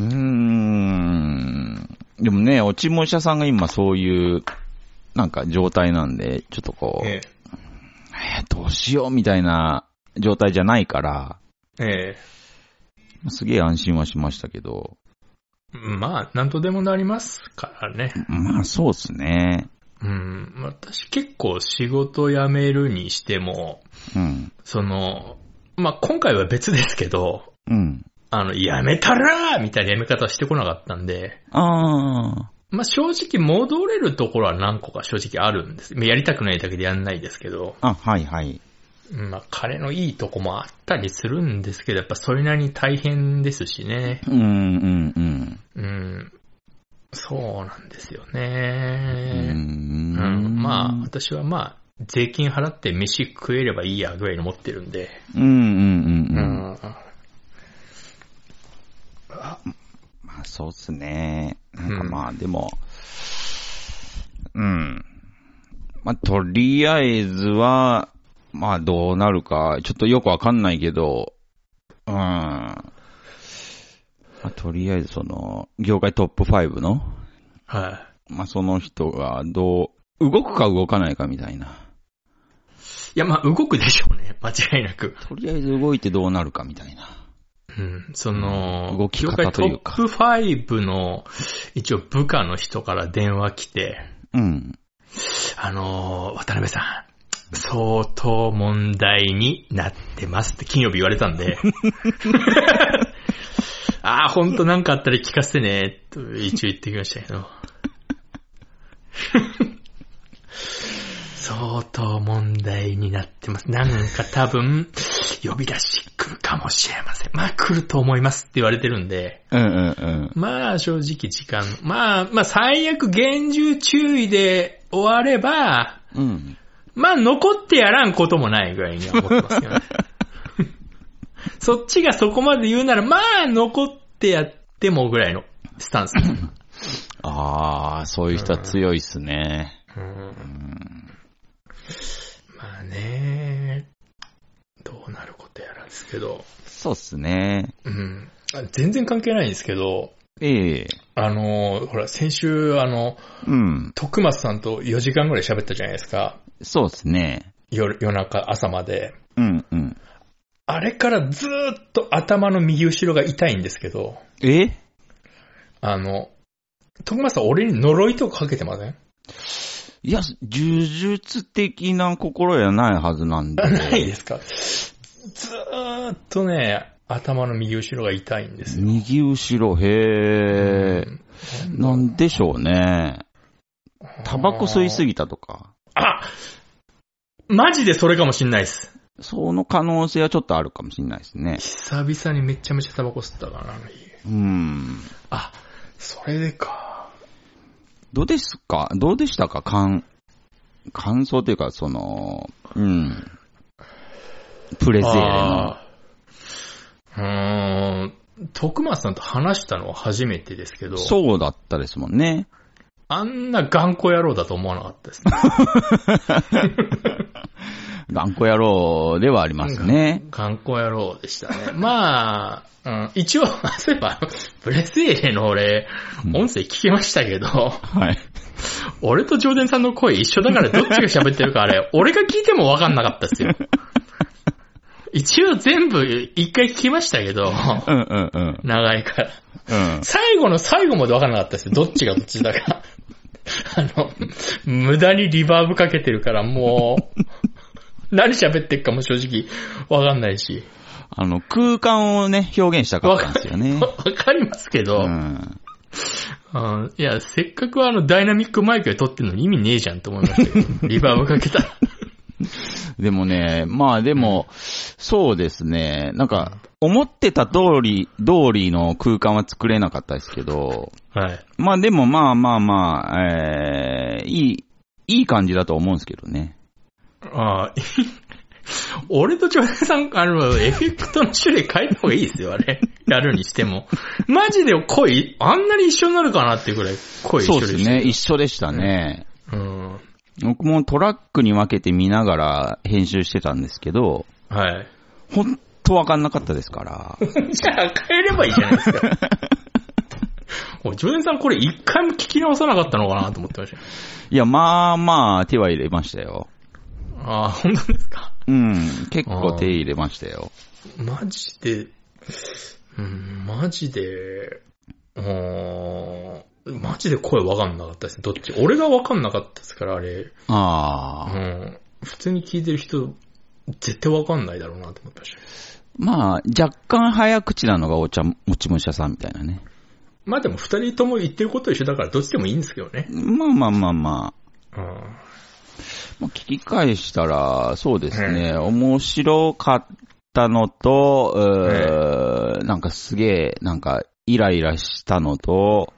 [SPEAKER 2] ん
[SPEAKER 1] うーん。でもね、落ちも医者さんが今そういう、なんか状態なんで、ちょっとこう、
[SPEAKER 2] え
[SPEAKER 1] えーどうしようみたいな状態じゃないから、
[SPEAKER 2] え、ええ。
[SPEAKER 1] すげえ安心はしましたけど、
[SPEAKER 2] まあ、なんとでもなりますからね。
[SPEAKER 1] まあそうっすね。
[SPEAKER 2] うん。私結構仕事辞めるにしても、
[SPEAKER 1] うん。
[SPEAKER 2] その、まあ今回は別ですけど、
[SPEAKER 1] うん。
[SPEAKER 2] あの、辞めたらーみたいな辞め方はしてこなかったんで、
[SPEAKER 1] ああ。
[SPEAKER 2] まあ正直戻れるところは何個か正直あるんです。まあやりたくないだけでやんないですけど、
[SPEAKER 1] あ、はいはい。
[SPEAKER 2] うんまあ彼のいいとこもあったりするんですけど、やっぱそれなりに大変ですしね。
[SPEAKER 1] うんうんうん。
[SPEAKER 2] うん。そうなんですよ
[SPEAKER 1] う
[SPEAKER 2] ね。
[SPEAKER 1] ん
[SPEAKER 2] うん、まあ、私はまあ、税金払って飯食えればいいやぐらいに思ってるんで。
[SPEAKER 1] うんうんうんうん。
[SPEAKER 2] うんあ
[SPEAKER 1] まあそうっすね。なんか
[SPEAKER 2] うん
[SPEAKER 1] まあでも、うん。まあとりあえずは、まあどうなるか、ちょっとよくわかんないけど、うん。まあとりあえずその、業界トップ5の、
[SPEAKER 2] は
[SPEAKER 1] まあその人がどう、動くか動かないかみたいな。
[SPEAKER 2] い。いや、まあ、動くでしょうね。 <laughs> 間違いなく。
[SPEAKER 1] とりあえず動いてどうなるかみたいな。
[SPEAKER 2] うん。その、
[SPEAKER 1] 動き方というか
[SPEAKER 2] 業界トップ5の、一応部下の人から電話来て、
[SPEAKER 1] うん。
[SPEAKER 2] あのー、渡辺さん、相当問題になってますって金曜日言われたんで。ああ、ほんとなんかあったら聞かせてね、と一応言ってきましたけど。相当問題になってます。なんか多分、呼び出し来るかもしれません。まあ来ると思いますって言われてるんで。
[SPEAKER 1] うんうんうん。
[SPEAKER 2] まあ正直時間、まあまあ最悪厳重注意で終われば、
[SPEAKER 1] うん。
[SPEAKER 2] まあ残ってやらんこともないぐらいには思ってますけどね。 <laughs> そっちがそこまで言うなら、まあ残ってやってもぐらいのスタンス。
[SPEAKER 1] ああ、そういう人は強いっすね。
[SPEAKER 2] うんまあね、どうなることやらんですけど、
[SPEAKER 1] そうっすね。
[SPEAKER 2] うん、あ全然関係ないんですけど、
[SPEAKER 1] ええ
[SPEAKER 2] あの、ほら、先週、あの、
[SPEAKER 1] うん。
[SPEAKER 2] 徳松さんと4時間ぐらい喋ったじゃないですか。
[SPEAKER 1] そうですね。
[SPEAKER 2] 夜、夜中、朝まで。
[SPEAKER 1] うんうん。
[SPEAKER 2] あれからずーっと頭の右後ろが痛いんですけど、
[SPEAKER 1] え
[SPEAKER 2] あの、徳松さん俺に呪いとかかけてません
[SPEAKER 1] いや、呪術的 <laughs> な心やないはずなんで。
[SPEAKER 2] あないですかずーっとね、頭の右後ろが痛いんですよ。
[SPEAKER 1] 右後ろ、へえ。なんでしょうね。タバコ吸いすぎたとか。
[SPEAKER 2] あマジでそれかもしんないっす。
[SPEAKER 1] その可能性はちょっとあるかもしれないですね。
[SPEAKER 2] 久々にめちゃめちゃタバコ吸ったからな、あの日。
[SPEAKER 1] うん。
[SPEAKER 2] あ、それでか。
[SPEAKER 1] どうですかどうでしたか感、感想というか、その、うん。プレゼーレの。
[SPEAKER 2] あーうーん。徳松さんと話したのは初めてですけど、
[SPEAKER 1] そうだったですもんね。
[SPEAKER 2] あんな頑固野郎だと思わなかったですね。
[SPEAKER 1] 頑固野郎ではありますね。
[SPEAKER 2] 頑固野郎でしたね。 <laughs> まあ、うん、一応、そういえば、ブレスエレの俺、音声聞きましたけど、
[SPEAKER 1] はい。
[SPEAKER 2] 俺とジョーデンさんの声一緒だからどっちが喋ってるかあれ、俺が聞いてもわかんなかったですよ。一応全部一回聞きましたけ
[SPEAKER 1] う
[SPEAKER 2] ど、
[SPEAKER 1] んうんうん。
[SPEAKER 2] 長いから。
[SPEAKER 1] うん。
[SPEAKER 2] 最後の最後までわかんなかったですよ。どっちがどっちだか。 <laughs> あの、無駄にリバーブかけてるからもう、何喋ってっかも正直わかんないし。
[SPEAKER 1] あの、空間をね、表現したかったんですよね。
[SPEAKER 2] わかりますけど、
[SPEAKER 1] うん。
[SPEAKER 2] うんいや、せっかくあのダイナミックマイクで撮ってるのに意味ねえじゃんと思い
[SPEAKER 1] <laughs>
[SPEAKER 2] ましたけど、リバーブかけたら。
[SPEAKER 1] でもね、まあでも、そうですね、なんか、思ってた通り、通りの空間は作れなかったですけど、
[SPEAKER 2] はい。
[SPEAKER 1] まあでもまあまあまあ、えー、いい、いい感じだと思うんですけどね。
[SPEAKER 2] ああ、いい俺とジョネさん、あの、エフェクトの種類変えた方がいいですよ、あれ。やるにしても。マジで声、あんなに一緒になるかなっていうくらい声一
[SPEAKER 1] そ
[SPEAKER 2] 緒
[SPEAKER 1] う
[SPEAKER 2] で
[SPEAKER 1] ですすね、一緒でしたね。
[SPEAKER 2] うん。
[SPEAKER 1] 僕もトラックに分けて見ながら編集してたんですけど、
[SPEAKER 2] はい。
[SPEAKER 1] ほんとわかんなかったですから。
[SPEAKER 2] じゃあ変えればいいじゃないで
[SPEAKER 1] <laughs>
[SPEAKER 2] すか。おいジョネさんこれ一回も聞き直さなかったのかなと思ってましたよ。
[SPEAKER 1] いや、まあまあ、手は入れましたよ。
[SPEAKER 2] ああ、本当ですか。
[SPEAKER 1] うん、結構手入れましたよ。
[SPEAKER 2] マジで、うん、マジで、うーん、マジで声わかんなかったですね。どっち俺がわかんなかったですから、あれ。う
[SPEAKER 1] ああ。
[SPEAKER 2] ん。普通に聞いてる人、絶対わかんないだろうなと思ってました。
[SPEAKER 1] まあ、若干早口なのがお茶、持ち武者さんみたいなね。
[SPEAKER 2] まあでも二人とも言ってること一緒だからどっちでもいいんですけどね。
[SPEAKER 1] まあまあまあまあ。
[SPEAKER 2] うん。
[SPEAKER 1] まあ聞き返したら、そうですね、面白かったのと、うーなんかすげえ、なんか、イライラしたのと、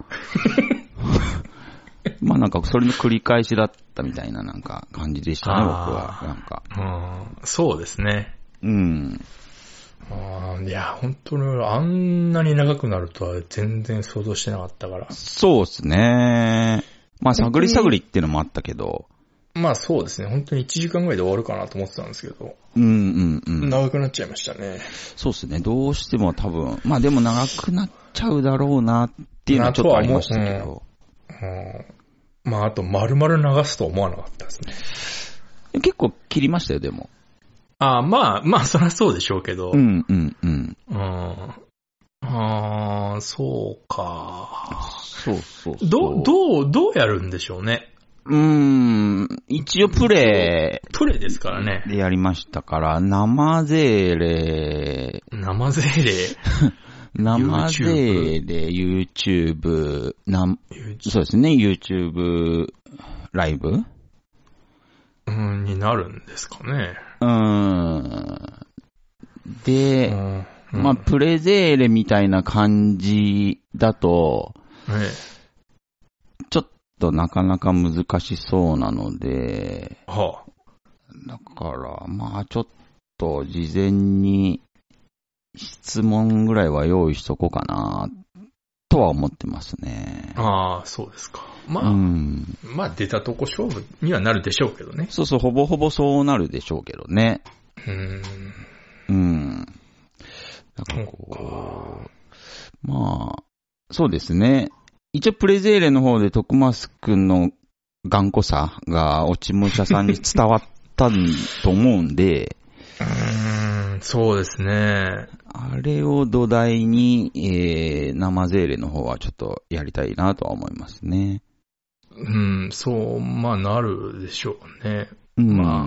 [SPEAKER 1] まあなんか、それの繰り返しだったみたいな、なんか、感じでしたね、僕
[SPEAKER 2] あ
[SPEAKER 1] は。なんか。
[SPEAKER 2] うん、そうですね。
[SPEAKER 1] うん。
[SPEAKER 2] うんいや、本当にあんなに長くなるとは全然想像してなかったから。
[SPEAKER 1] そうですね。まあ、探り探りっていうのもあったけど、
[SPEAKER 2] まあそうですね。本当に1時間ぐらいで終わるかなと思ってたんですけど、
[SPEAKER 1] うんうんうん。
[SPEAKER 2] 長くなっちゃいましたね。
[SPEAKER 1] そうですね。どうしても多分、まあでも長くなっちゃうだろうなっていうのはちょっとありましたけ
[SPEAKER 2] なとは
[SPEAKER 1] ど。
[SPEAKER 2] うん。まああと、丸々流すとは思わなかったですね。
[SPEAKER 1] 結構切りましたよ、でも。
[SPEAKER 2] ああ、まあ、まあそりゃそうでしょうけど。
[SPEAKER 1] う。んうんうん。
[SPEAKER 2] うん。ああ、そうか。
[SPEAKER 1] そうそうそう。
[SPEAKER 2] ど、
[SPEAKER 1] う
[SPEAKER 2] どう、どうやるんでしょうね。
[SPEAKER 1] うーん。一応プレ
[SPEAKER 2] プレイですからね
[SPEAKER 1] イ。でやりましたから、生ゼーレ、
[SPEAKER 2] 生ゼレ、
[SPEAKER 1] 生ゼーレ、YouTube、なん、そうですね、YouTube ライブ
[SPEAKER 2] うん、になるんですかね。
[SPEAKER 1] うーん。で、
[SPEAKER 2] うん。
[SPEAKER 1] まあ、プレゼーレみたいな感じだと、
[SPEAKER 2] あ、ね、
[SPEAKER 1] ちょっとなかなか難しそうなので、
[SPEAKER 2] は
[SPEAKER 1] だから、まあ、ちょっと事前に質問ぐらいは用意しとこうかな、とは思ってますね。
[SPEAKER 2] あ、ああ、そうですか。ま
[SPEAKER 1] う
[SPEAKER 2] あ、
[SPEAKER 1] ん。
[SPEAKER 2] まあ出たとこ勝負にはなるでしょうけどね。
[SPEAKER 1] そうそう、ほぼほぼそうなるでしょうけどね。
[SPEAKER 2] うん。
[SPEAKER 1] うん。なんかこう、まあ、そうですね。一応プレゼーレの方で徳スくんの頑固さが落ち武者さんに伝わったんと思うんで、 <laughs>
[SPEAKER 2] うん、そうですね。
[SPEAKER 1] あれを土台に、えー、生ゼーレの方はちょっとやりたいなとは思いますね。
[SPEAKER 2] うん、そう、まあなるでしょうね。
[SPEAKER 1] うん。
[SPEAKER 2] まあ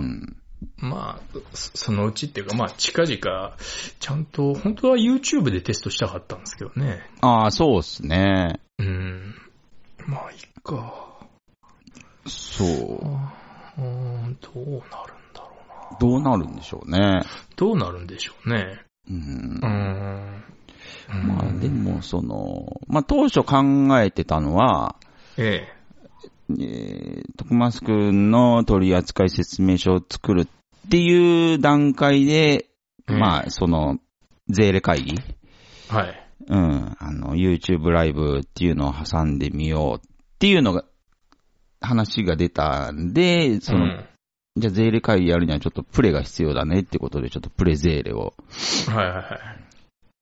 [SPEAKER 2] まあ、そそのうちっていうか、まあ、近々、ちゃんと、本当は YouTube でテストしたかったんですけどね。
[SPEAKER 1] ああ、そうっすね。
[SPEAKER 2] うん。まあ、いっか。
[SPEAKER 1] そう。
[SPEAKER 2] うーん、どうなるんだろうな。
[SPEAKER 1] どうなるんでしょうね。
[SPEAKER 2] どうなるんでしょうね。
[SPEAKER 1] うん
[SPEAKER 2] うー。ん。
[SPEAKER 1] まあ
[SPEAKER 2] うん
[SPEAKER 1] で、も、その、まあ当初考えてたのは、
[SPEAKER 2] え
[SPEAKER 1] えー、徳松くんの取扱説明書を作るっていう段階で、
[SPEAKER 2] うん
[SPEAKER 1] まあその、税理会議
[SPEAKER 2] え、はい。
[SPEAKER 1] うん。あの、YouTube ライブっていうのを挟んでみようっていうのが、話が出たんで、その、
[SPEAKER 2] うん
[SPEAKER 1] じゃあ税理会議やるにはちょっとプレが必要だねってことで、ちょっとプレ税理を
[SPEAKER 2] はいはいはい。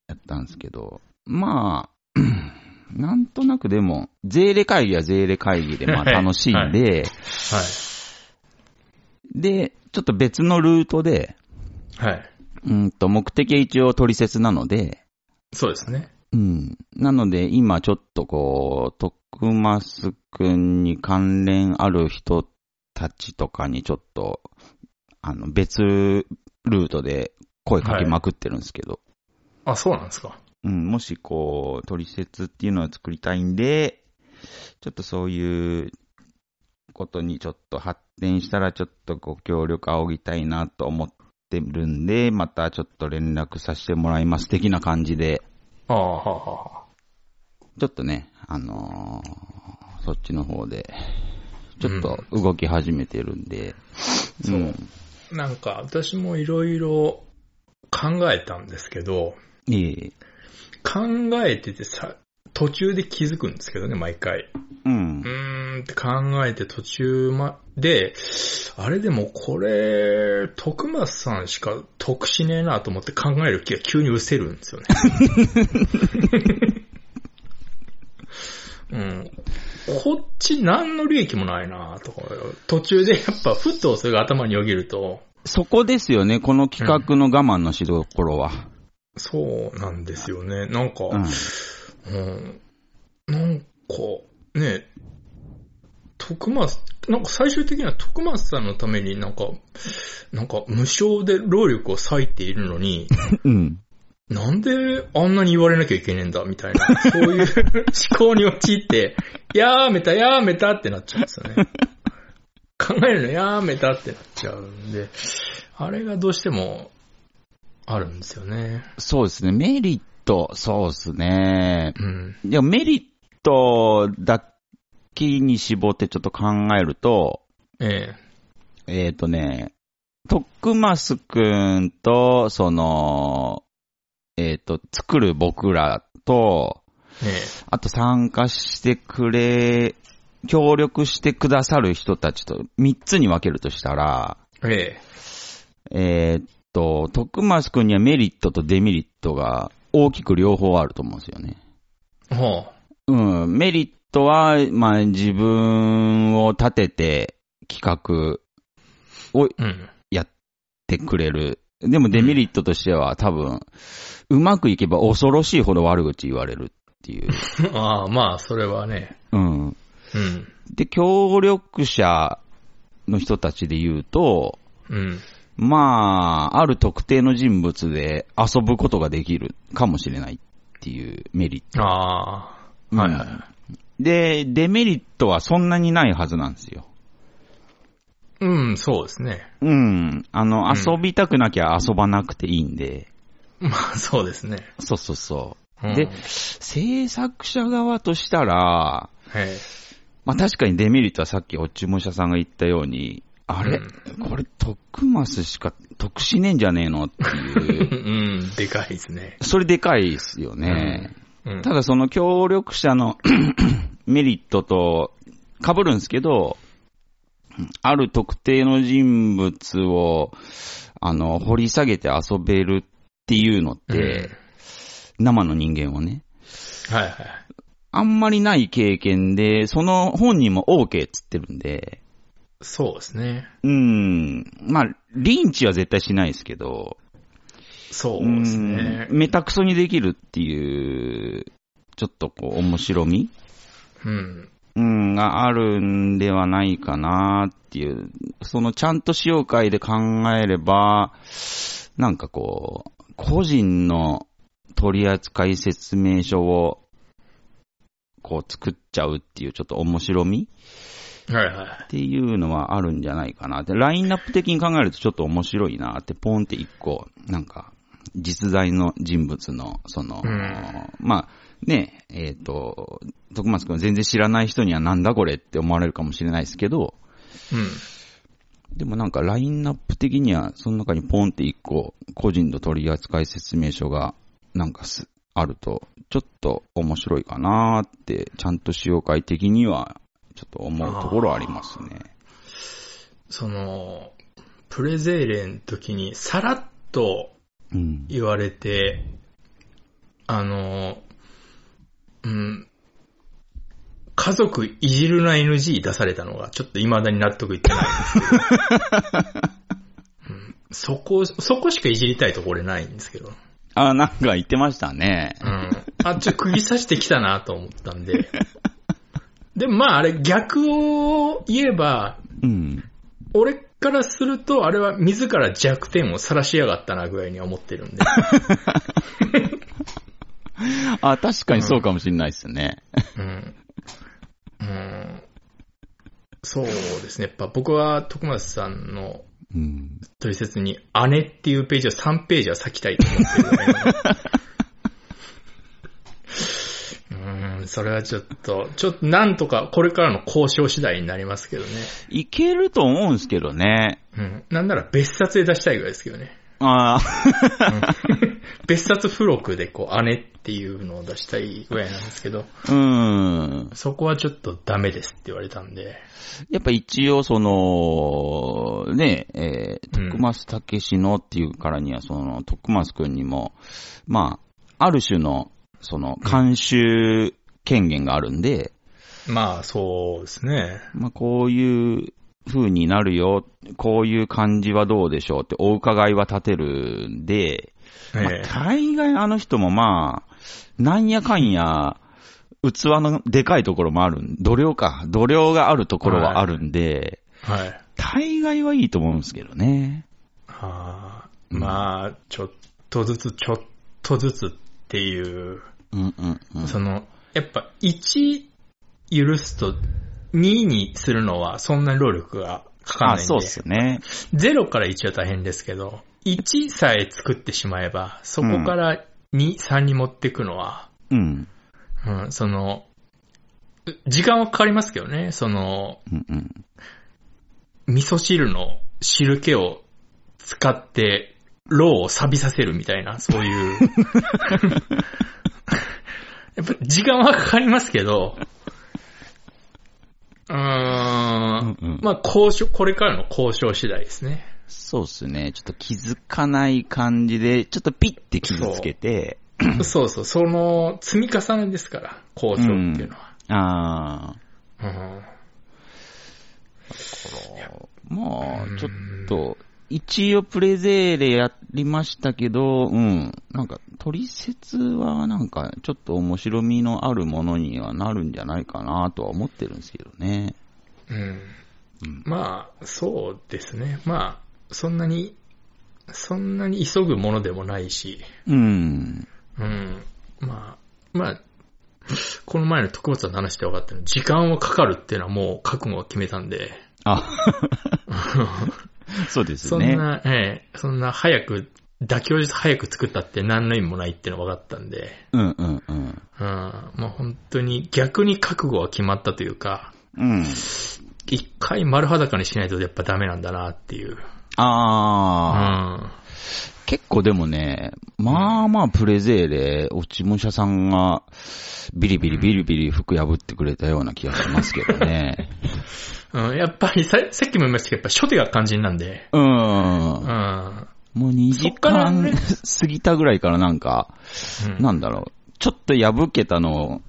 [SPEAKER 1] やったんですけど、まあ、 <clears throat> なんとなくでも、税理会議は税理会議でまあ
[SPEAKER 2] <laughs> はい
[SPEAKER 1] 楽しいんで、で、ちょっと別のルートで、
[SPEAKER 2] はい。はい。
[SPEAKER 1] うんと、目的は一応取説なので、
[SPEAKER 2] そうですね。
[SPEAKER 1] うん。なので、今ちょっとこう、徳増くんに関連ある人たちとかにちょっと、あの、別ルートで声かけまくってるんですけど、
[SPEAKER 2] あ、そうなんですか。
[SPEAKER 1] うん、もしこう、取説っていうのを作りたいんで、ちょっとそういうことにちょっと発展したら、ちょっとご協力仰ぎたいなと思ってるんで、またちょっと連絡させてもらいます的な感じで、
[SPEAKER 2] ああ、はあはあ。
[SPEAKER 1] ちょっとね、あのーそっちの方で、ちょっと動き始めてるんで、
[SPEAKER 2] うん
[SPEAKER 1] ん
[SPEAKER 2] なんか、私もいろいろ考えたんですけど、
[SPEAKER 1] いい。
[SPEAKER 2] 考えててさ、途中で気づくんですけどね、毎回。
[SPEAKER 1] うん
[SPEAKER 2] う。ーんって考えて途中まで、あれでもこれ、徳松さんしか得しねえなと思って考える気が急に失せるんですよね。 <laughs> うん、こっち何の利益もないなとか、途中でやっぱふっとそれが頭によぎると、
[SPEAKER 1] そこですよね、この企画の我慢のしどころは。
[SPEAKER 2] そうなんですよね。なんか、
[SPEAKER 1] うん。
[SPEAKER 2] うん。なんか、ね、徳松、なんか最終的には徳松さんのためになんか、なんか無償で労力を割いているの
[SPEAKER 1] <laughs>
[SPEAKER 2] に、
[SPEAKER 1] うん。
[SPEAKER 2] なんであんなに言われなきゃいけねえんだ、みたいな、そう
[SPEAKER 1] <laughs>
[SPEAKER 2] いう思考に陥って、やーめた、やーめたってなっちゃうんですよ
[SPEAKER 1] <laughs>
[SPEAKER 2] ね。考えるのやーめたってなっちゃうんで、あれがどうしてもあるんですよね。
[SPEAKER 1] そうですね、メリット、そうですね。
[SPEAKER 2] うん。
[SPEAKER 1] いや、メリットだけに絞ってちょっと考えると、
[SPEAKER 2] ええ。
[SPEAKER 1] えっ、とね、徳増くんと、その、えっ、と、作る僕らと、
[SPEAKER 2] え
[SPEAKER 1] あと参加してくれ、協力してくださる人たちと3つに分けるとしたら、
[SPEAKER 2] え。ええ。
[SPEAKER 1] えーっと、徳松くんにはメリットとデメリットが大きく両方あると思うんですよね。
[SPEAKER 2] ほう。
[SPEAKER 1] うん、メリットは、まあ自分を立てて企画
[SPEAKER 2] うん。 <laughs>
[SPEAKER 1] ってくれる。でもデメリットとしては多分、うまくいけば恐ろしいほど悪口言われるっていう。
[SPEAKER 2] ああ、まあ、それはね。
[SPEAKER 1] うん。
[SPEAKER 2] うん。
[SPEAKER 1] で、協力者の人たちで言うと、
[SPEAKER 2] うん。
[SPEAKER 1] まあ、ある特定の人物で遊ぶことができるかもしれないっていうメリッ
[SPEAKER 2] ああ。
[SPEAKER 1] ト。
[SPEAKER 2] はいはいは
[SPEAKER 1] うんで、デメリットはそんなにないはずなんですよ。
[SPEAKER 2] い。うん、そうですね。 <laughs>
[SPEAKER 1] うん。あの、
[SPEAKER 2] うん
[SPEAKER 1] 遊びたくなきゃ遊ばなくていいんで。
[SPEAKER 2] まあ、そうですね。
[SPEAKER 1] そうそうそう。
[SPEAKER 2] うん
[SPEAKER 1] で、制作者側としたら、
[SPEAKER 2] え
[SPEAKER 1] まあ確かにデメリットはさっきお注文者さんが言ったように、あれ、これ、徳マスしか得しねえんじゃねえのってい
[SPEAKER 2] え。
[SPEAKER 1] う
[SPEAKER 2] <laughs> う。ん、でかいですね。
[SPEAKER 1] それでかいですよね。
[SPEAKER 2] うん。
[SPEAKER 1] ただその協力者の <coughs> メリットと被るんですけど、ある特定の人物を、あの、掘り下げて遊べるっていうのって、生の人間をね、
[SPEAKER 2] うん、はいはい。
[SPEAKER 1] あんまりない経験で、その本人も OK っつってるんで、
[SPEAKER 2] そうですね。
[SPEAKER 1] うん。まあ、リンチは絶対しないですけど、
[SPEAKER 2] そうですね
[SPEAKER 1] う。んメタクソにできるっていう、ちょっとこう、面白み
[SPEAKER 2] うん。
[SPEAKER 1] うん、があるんではないかなっていう、そのちゃんと使用会で考えれば、なんかこう、個人の取扱説明書を、こう作っちゃうっていうちょっと面白み
[SPEAKER 2] はいはい。
[SPEAKER 1] っていうのはあるんじゃないかなって、ラインナップ的に考えるとちょっと面白いなって、ポンって一個、なんか、実在の人物の、その、
[SPEAKER 2] うん
[SPEAKER 1] まあ、ねえ、っ、と、徳松くん全然知らない人にはなんだこれって思われるかもしれないですけど、でもなんかラインナップ的には、その中にポンって一個、個人の取扱説明書が、なんかす、あると、ちょっと面白いかなーって、ちゃんと使用会的には、ちょっと思うところありますね。
[SPEAKER 2] うん。その、プレゼーレの時にさらっと
[SPEAKER 1] うん。
[SPEAKER 2] 言われて、あの、うん、家族いじるな NG 出されたのがちょっと未だに納得いってないんですけど、うんそこ、そこしかいじりたいとこ俺ないんですけど。
[SPEAKER 1] あ、なんか言ってましたね。
[SPEAKER 2] うん。あ、ちょ、釘刺してきたなと思ったんで。でもまああれ逆を言えば、
[SPEAKER 1] うん。
[SPEAKER 2] 俺からするとあれは自ら弱点を晒しやがったなぐらいには思ってるんで。
[SPEAKER 1] あ、確かにそうかもしれないですね。
[SPEAKER 2] うん。うん。そうですね。やっぱ僕は徳松さんの
[SPEAKER 1] うん。
[SPEAKER 2] 取説に姉っていうページを3ページは割きたいと思ってるぐらいのうん、それはちょっと、ちょっとなんとかこれからの交渉次第になりますけどね。
[SPEAKER 1] いけると思うんすけどね。
[SPEAKER 2] うん。なんなら別冊で出したいぐらいですけどね。
[SPEAKER 1] あ <laughs> ー
[SPEAKER 2] 別冊付録でこう姉っていうのを出したいぐらいなんですけど、
[SPEAKER 1] うん。
[SPEAKER 2] そこはちょっとダメですって言われたんで。
[SPEAKER 1] やっぱ一応その、ね、え
[SPEAKER 2] う
[SPEAKER 1] ー、
[SPEAKER 2] ん
[SPEAKER 1] 徳松武史のっていうからには、その、徳松くんにも、まあ、ある種の、その、監修権限があるんで、
[SPEAKER 2] まあそうですね。
[SPEAKER 1] まあ、こういう風になるよ、こういう感じはどうでしょうってお伺いは立てるんで、まあ
[SPEAKER 2] ええ
[SPEAKER 1] 大概あの人もまあ、なんやかんや、器のでかいところもあるん、度量か、度量があるところはあるんで、
[SPEAKER 2] はい。
[SPEAKER 1] 大概はいいと思うんですけどね。
[SPEAKER 2] あーまあ、ちょっとずつ、ちょっとずつっていう、
[SPEAKER 1] うんうんうん。
[SPEAKER 2] その、やっぱ1許すと2にするのはそんなに労力がかかん
[SPEAKER 1] あ、
[SPEAKER 2] ないん
[SPEAKER 1] そうっ
[SPEAKER 2] で、
[SPEAKER 1] すね。
[SPEAKER 2] 0から1は大変ですけど、1さえ作ってしまえば、そこから2、3に持っていくのは、
[SPEAKER 1] うん。
[SPEAKER 2] うん、その、う時間はかかりますけどね、その、
[SPEAKER 1] うんうん。
[SPEAKER 2] 味噌汁の汁気を使って、ローを錆びさせるみたいな、そういう。 <laughs> やっぱ時間はかかりますけど、うーん、
[SPEAKER 1] うん
[SPEAKER 2] まあ交渉、これからの交渉次第です
[SPEAKER 1] <clears throat>
[SPEAKER 2] ね。
[SPEAKER 1] そうっすね。ちょっと気づかない感じで、ちょっとピッて傷つけて、
[SPEAKER 2] そうそう、その積み重ねですから、交渉っていうのは。
[SPEAKER 1] ああ。
[SPEAKER 2] うん
[SPEAKER 1] まあ
[SPEAKER 2] う、ん
[SPEAKER 1] ちょっと、一応プレゼーレやりましたけど、うん。なんか、取説はなんか、ちょっと面白みのあるものにはなるんじゃないかなとは思ってるんですけどね。
[SPEAKER 2] うん
[SPEAKER 1] うん
[SPEAKER 2] まあ、そうですね。まあ、そんなに、そんなに急ぐものでもないし、
[SPEAKER 1] うん。
[SPEAKER 2] うん。まあ、まあ、この前の徳松さんの話で分かったの時間はかかるっていうのはもう覚悟は決めたんで、 <laughs>
[SPEAKER 1] あ、そうです
[SPEAKER 2] そ
[SPEAKER 1] ね。
[SPEAKER 2] んな、ええ、そんな早く、妥協して早く作ったって何の意味もないっていうのは分かったんで、
[SPEAKER 1] うんうんうん。
[SPEAKER 2] うん、まあ本当に逆に覚悟は決まったというか、
[SPEAKER 1] うん。
[SPEAKER 2] 一回丸裸にしないとやっぱダメなんだなっていう。う
[SPEAKER 1] ああ、
[SPEAKER 2] ん。
[SPEAKER 1] 結構でもね、まあまあプレゼーレ、落ち武者さんが、ビリビリビリビリ服破ってくれたような気がしますけど
[SPEAKER 2] <laughs>
[SPEAKER 1] ね。
[SPEAKER 2] うん、やっぱりさ、さっきも言いましたけど、やっぱ初手が肝心なんで、
[SPEAKER 1] うん
[SPEAKER 2] うん。。
[SPEAKER 1] もう2
[SPEAKER 2] そ
[SPEAKER 1] 時
[SPEAKER 2] っから
[SPEAKER 1] 間
[SPEAKER 2] ね
[SPEAKER 1] 過ぎたぐらいからなんか、
[SPEAKER 2] うん
[SPEAKER 1] なんだろう、ちょっと破けたのを、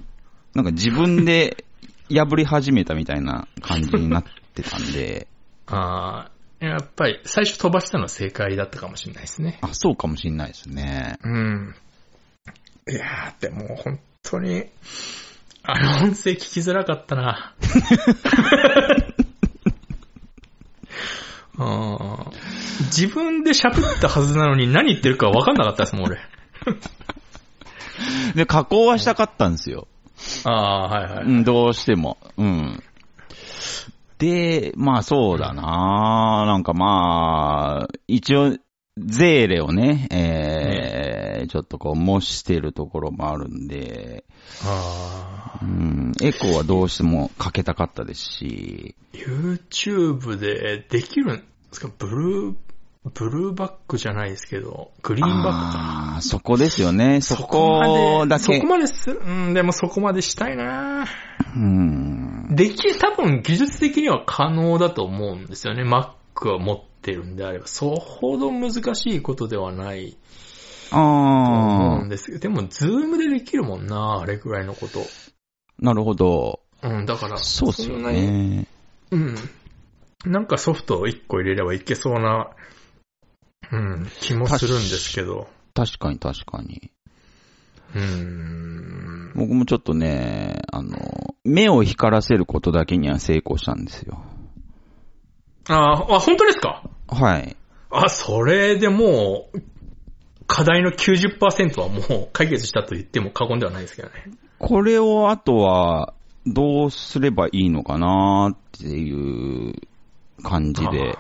[SPEAKER 1] なんか自分
[SPEAKER 2] <laughs>
[SPEAKER 1] で破り始めたみたいな感じになってたんで、
[SPEAKER 2] あーやっぱり最初飛ばしたのは正解だったかもしれないですね。
[SPEAKER 1] あ、そうかもしんないですね。
[SPEAKER 2] うん。いやー、でも本当に、あの音声聞きづらかったな。 <laughs> あー自分で喋ったはずなのに何言ってるか分かんなかったですもん、俺。
[SPEAKER 1] で、加工はしたかったんですよ。
[SPEAKER 2] ああ、はいは
[SPEAKER 1] う
[SPEAKER 2] い。
[SPEAKER 1] ん、どうしても。うん。で、まあそうだななんかまあ、一応、ゼーレをね、えーちょっとこう模してるところもあるんで、
[SPEAKER 2] あ
[SPEAKER 1] うん、エコーはどうしてもかけたかったですし、
[SPEAKER 2] ー YouTube でできるんですかブルー、ブルーバックじゃないですけど、グリーンバックか。
[SPEAKER 1] ああー、そこですよね。そこだ
[SPEAKER 2] そ
[SPEAKER 1] け。
[SPEAKER 2] こまでする、うん、でもそこまでしたいな
[SPEAKER 1] うん。
[SPEAKER 2] でき、多分技術的には可能だと思うんですよね。Mac は持ってるんであれば、そほど難しいことではないと思う
[SPEAKER 1] あ
[SPEAKER 2] んですけど、でも、ズームでできるもんな、あれくらいのこと。
[SPEAKER 1] あ、なるほど。
[SPEAKER 2] うん、だから、
[SPEAKER 1] そうっすよ
[SPEAKER 2] んなに。
[SPEAKER 1] ね。
[SPEAKER 2] うん。なんかソフトを1個入れればいけそうな、うん、気もするんですけど。
[SPEAKER 1] 確かに確かに。
[SPEAKER 2] うん。
[SPEAKER 1] 僕もちょっとね、あの、目を光らせることだけには成功したんですよ。
[SPEAKER 2] あーあ、本当ですか
[SPEAKER 1] はい。
[SPEAKER 2] あ、それでもう、課題の90%はもう解決したと言っても過言ではないですけどね。
[SPEAKER 1] これをあとは、どうすればいいのかなっていう感じで。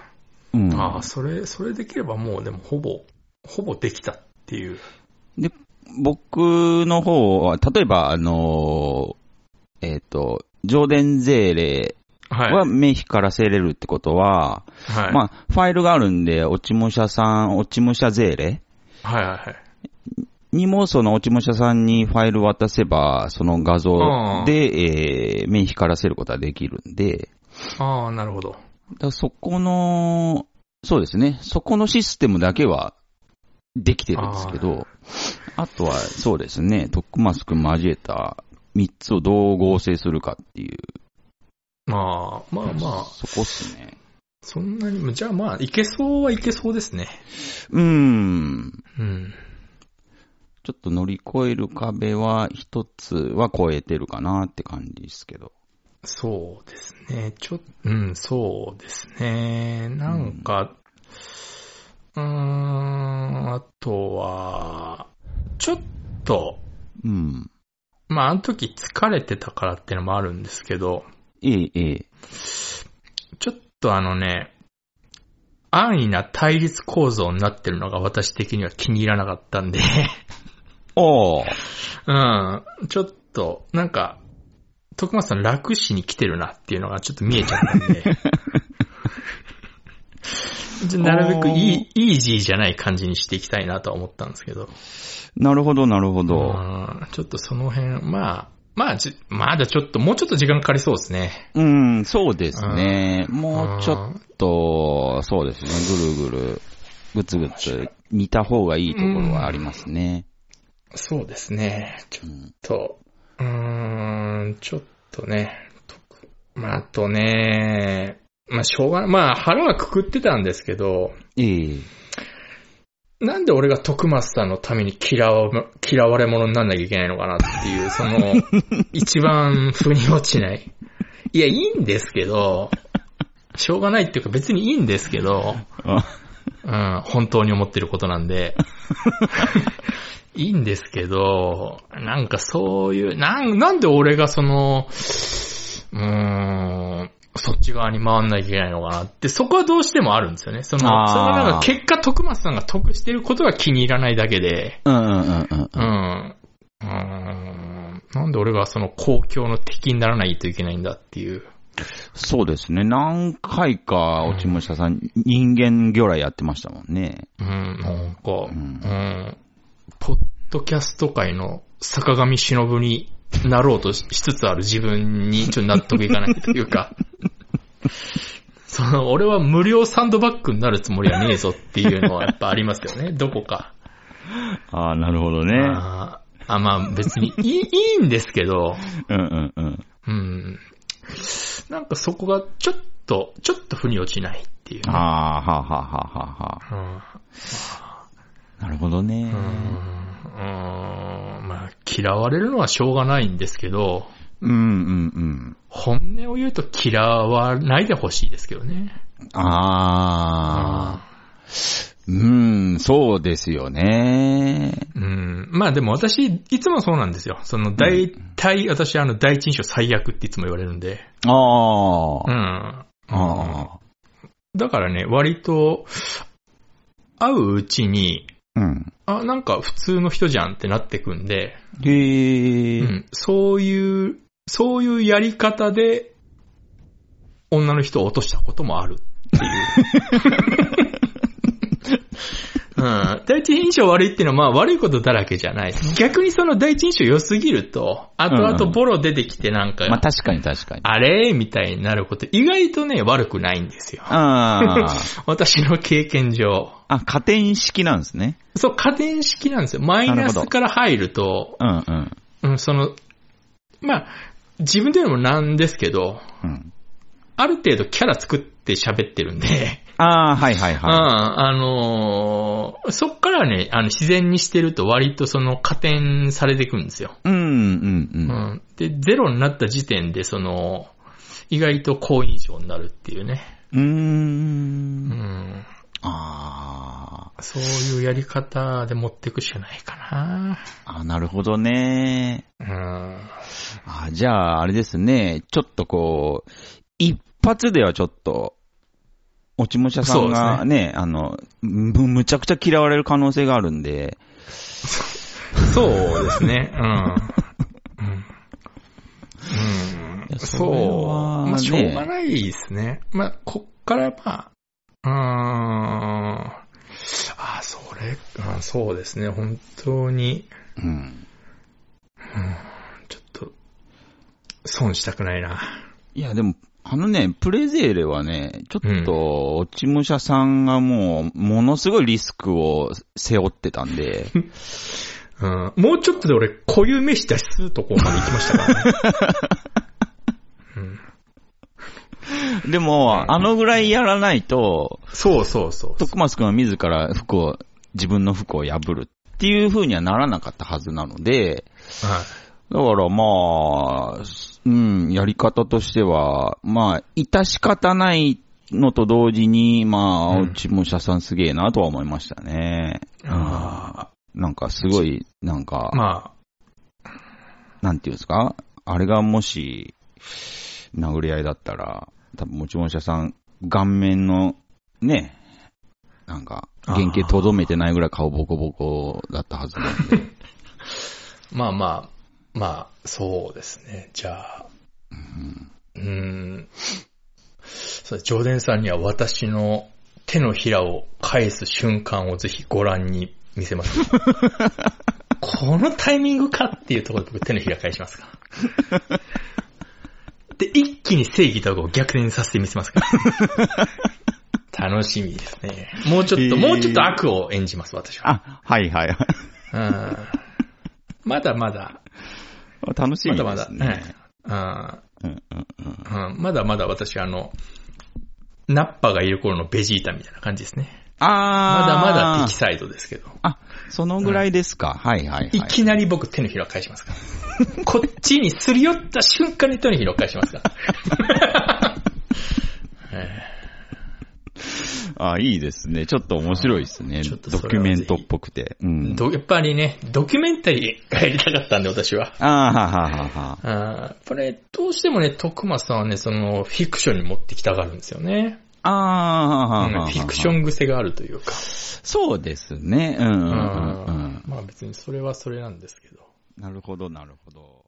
[SPEAKER 1] うん。
[SPEAKER 2] ああ、それ、それできればもうでもほぼ、ほぼできたっていう。
[SPEAKER 1] で、僕の方は、例えば、あの、えっ、と、上電税令
[SPEAKER 2] は
[SPEAKER 1] は目光らせれるってことは、
[SPEAKER 2] はい。
[SPEAKER 1] まあ、ファイルがあるんで、落ち武者さん、落ち武者税令
[SPEAKER 2] はいはいはい。
[SPEAKER 1] にも、その落ち武者さんにファイル渡せば、その画像
[SPEAKER 2] うん
[SPEAKER 1] で、えー目光らせることはできるんで、
[SPEAKER 2] ああ、なるほど。
[SPEAKER 1] だからそこの、そうですね、そこのシステムだけはできてるんですけど、あとは、そうですね、トックマスク交えた3つをどう合成するかっていう。
[SPEAKER 2] まあ、まあまあ、
[SPEAKER 1] そこっすね。
[SPEAKER 2] そんなに、じゃあまあ、いけそうはいけそうですね。
[SPEAKER 1] うーん。
[SPEAKER 2] うん。
[SPEAKER 1] ちょっと乗り越える壁は一つは超えてるかなって感じですけど。
[SPEAKER 2] そうですね。ちょ、うん、そうですね。なんか、うーん、あとは、ちょっと、
[SPEAKER 1] うん。
[SPEAKER 2] まあ、あの時疲れてたからってのもあるんですけど、
[SPEAKER 1] ええ、ええ。
[SPEAKER 2] ちょっとあのね、安易な対立構造になってるのが私的には気に入らなかったんで、
[SPEAKER 1] おー。
[SPEAKER 2] うん、ちょっと、なんか、徳松さん楽しに来てるなっていうのがちょっと見えちゃったん
[SPEAKER 1] <laughs>
[SPEAKER 2] で、じゃあなるべくイーイージーじゃない感じにしていきたいなとは思ったんですけど、
[SPEAKER 1] なるほど、なるほ
[SPEAKER 2] う
[SPEAKER 1] ど。
[SPEAKER 2] ん、ちょっとその辺、まあ、まあじ、まだちょっと、もうちょっと時間かかりそうですね。
[SPEAKER 1] うん、そうですね。もうちょっと、そうですね、ぐるぐる、ぐつぐつ、似た方がいいところはありますね。
[SPEAKER 2] そうですね。ちょ
[SPEAKER 1] う
[SPEAKER 2] っ
[SPEAKER 1] ん、
[SPEAKER 2] と、うーん、ちょっとね、とまあ、あとね、まあ、しょうがない。まあ、腹はくくってたんですけど、
[SPEAKER 1] ええ
[SPEAKER 2] なんで俺が徳松さんのために嫌わ嫌われ者になんなきゃいけないのかなっていう、その、一番腑に落ちない。いや、いいんですけど、しょうがないっていうか別にいいんですけど、
[SPEAKER 1] あ
[SPEAKER 2] うん、本当に思ってることな
[SPEAKER 1] <laughs>
[SPEAKER 2] んで。いいんですけど、なんかそういう、なん、なんで俺がその、うーん、そっち側に回んなきゃいけないのかなって、そこはどうしてもあるんですよね。その、そ
[SPEAKER 1] あー
[SPEAKER 2] のなんか結果徳松さんが得してることが気に入らないだけで、
[SPEAKER 1] うんうんうんうん
[SPEAKER 2] う。ん、うーん、なんで俺がその公共の敵にならないといけないんだっていう。
[SPEAKER 1] そうですね。何回か、落ち武者さん、人間魚雷やってましたもんね。
[SPEAKER 2] うん、なんか、うんん、ポッドキャスト界の坂上忍になろうとししつつある自分にちょっと納得いかないというか、 <laughs> その、俺は無料サンドバッグになるつもりはねえぞっていうのはやっぱありますよね、どこか。
[SPEAKER 1] ああ、なるほどね
[SPEAKER 2] あーあ、まあ別にいい <laughs> いいんですけど、
[SPEAKER 1] うんうんうん。
[SPEAKER 2] うん。なんかそこがちょっと、ちょっと腑に落ちないっていうね、
[SPEAKER 1] ああ、はあはあはあはあ。
[SPEAKER 2] うん
[SPEAKER 1] なるほどね。
[SPEAKER 2] うーんうーんまあ、嫌われるのはしょうがないんですけど、
[SPEAKER 1] うんうんうん。
[SPEAKER 2] 本音を言うと嫌わないでほしいですけどね。
[SPEAKER 1] ああ。うん、そうですよね。
[SPEAKER 2] うん。まあでも私、いつもそうなんですよ。その、大体、私、あの、第一印象最悪っていつも言われるんで。
[SPEAKER 1] あ
[SPEAKER 2] う
[SPEAKER 1] あ。
[SPEAKER 2] ん。
[SPEAKER 1] ああ。
[SPEAKER 2] だからね、割と、会ううちに、
[SPEAKER 1] うん。
[SPEAKER 2] あ、なんか普通の人じゃんってなってくんで、
[SPEAKER 1] へえ。
[SPEAKER 2] うん、そういう、そういうやり方で、女の人を落としたこともある
[SPEAKER 1] <laughs>
[SPEAKER 2] っていう。うん、第一印象悪いっていうのは、まあ悪いことだらけじゃない。逆にその第一印象良すぎると、後々ボロ出てきてなんか、
[SPEAKER 1] まあ確かに確かに。
[SPEAKER 2] あれみたいになること、意外とね、悪くないんですよ。
[SPEAKER 1] ああ。
[SPEAKER 2] <laughs> 私の経験上。
[SPEAKER 1] あ、加点式なんですね。
[SPEAKER 2] そう、加点式なんですよ。マイナスから入ると、
[SPEAKER 1] うんうん。
[SPEAKER 2] うん、その、まあ、自分で言うのもなんですけど、
[SPEAKER 1] うん、
[SPEAKER 2] ある程度キャラ作って喋ってるんで、
[SPEAKER 1] ああ、はいはい
[SPEAKER 2] うん、
[SPEAKER 1] は
[SPEAKER 2] あのーそっからね、あの、自然にしてると割とその加点されていくんですよ。
[SPEAKER 1] い。うんうんう。
[SPEAKER 2] うんん。で、ゼロになった時点で、その、意外と好印象になるっていうね。
[SPEAKER 1] うー。
[SPEAKER 2] うんん。
[SPEAKER 1] あ
[SPEAKER 2] そういうやり方で持っていくしかないか
[SPEAKER 1] あ。あなるほどね。
[SPEAKER 2] な。うん。
[SPEAKER 1] あじゃあ、あれですね。ちょっとこう、一発ではちょっと、落ち武者さんがね、あの、むむちゃくちゃ嫌われる可能性があるんで、
[SPEAKER 2] そうですね。うん。うん。
[SPEAKER 1] い
[SPEAKER 2] うん、
[SPEAKER 1] や
[SPEAKER 2] そ
[SPEAKER 1] そうれはね。
[SPEAKER 2] まあ、しょうがないですね。まあ、こっからまあ、うーん。あ、それ、あそうですね。本当に、
[SPEAKER 1] うん。
[SPEAKER 2] ちょっと、損したくないな。
[SPEAKER 1] いや、でも、あのね、プレゼーレはね、ちょっと、落ち武者さんがもう、ものすごいリスクを背負ってたん
[SPEAKER 2] <laughs>
[SPEAKER 1] で、
[SPEAKER 2] うん。もうちょっとで俺、固有名詞出すとこまで行きましたから <laughs> ね。うん、
[SPEAKER 1] でも、あのぐらいやらないと、
[SPEAKER 2] そうそうそうそう。
[SPEAKER 1] 徳松くんは自ら服を、自分の服を破るっていう風にはならなかったはずなので、
[SPEAKER 2] はい
[SPEAKER 1] だからまあ、うん、やり方としては、まあ、致し方ないのと同時に、まあ、
[SPEAKER 2] うん
[SPEAKER 1] うちも社さんすげえなとは思いましたね。
[SPEAKER 2] あ
[SPEAKER 1] なんかすごい、なんか、
[SPEAKER 2] ま
[SPEAKER 1] なんていうんですかあれがもし、殴り合いだったら、多分持ち物者さん、顔面の、ね、なんか、原型とどめてないぐらい顔ボコボコだったはずなんで。
[SPEAKER 2] あ、まあまあ、まあ、そうですね。じゃあ、うーん。それ、ジョーデンさんには私の手のひらを返す瞬間をぜひご覧に見せ <laughs> ます。このタイミングかっていうところで僕手のひら返しますから。で、一気に正義と悪を逆転させてみせますから。楽しみですね。もうちょっと、
[SPEAKER 1] えー
[SPEAKER 2] もうちょっと悪を演じます、私は。
[SPEAKER 1] あ、はいはい <laughs> はい。
[SPEAKER 2] うん。まだまだ、
[SPEAKER 1] 楽し
[SPEAKER 2] ま
[SPEAKER 1] み
[SPEAKER 2] だま
[SPEAKER 1] で
[SPEAKER 2] だ
[SPEAKER 1] すね。。
[SPEAKER 2] うん
[SPEAKER 1] うんうんうん
[SPEAKER 2] うんまだまだ私、あの、ナッパがいる頃のベジータみたいな感じですね。まだ
[SPEAKER 1] あー
[SPEAKER 2] まだ敵サイドですけど。
[SPEAKER 1] あ、そのぐらいですか。はいはいはい。
[SPEAKER 2] いきなり僕手のひら返しますから。 <laughs> こっちにすり寄った瞬間に手のひらを返しますから。
[SPEAKER 1] あ、いいですね。ちょっと面白いですね。
[SPEAKER 2] ちょ
[SPEAKER 1] ド
[SPEAKER 2] っとそれは
[SPEAKER 1] キュメントっぽくて。うん。
[SPEAKER 2] どやっぱりね、ドキュメンタリーがやりたかったんで、私は。
[SPEAKER 1] ああ、はははは。
[SPEAKER 2] うんやっぱりどうしてもね、徳間さんはね、その、フィクションに持ってきたがるんですよね。
[SPEAKER 1] ああ、はは
[SPEAKER 2] うん
[SPEAKER 1] はは。
[SPEAKER 2] フィクション癖があるというか。
[SPEAKER 1] そうですね。うんうんうんうん。
[SPEAKER 2] まあ別にそれはそれなんですけど。
[SPEAKER 1] なるほど、なるほど。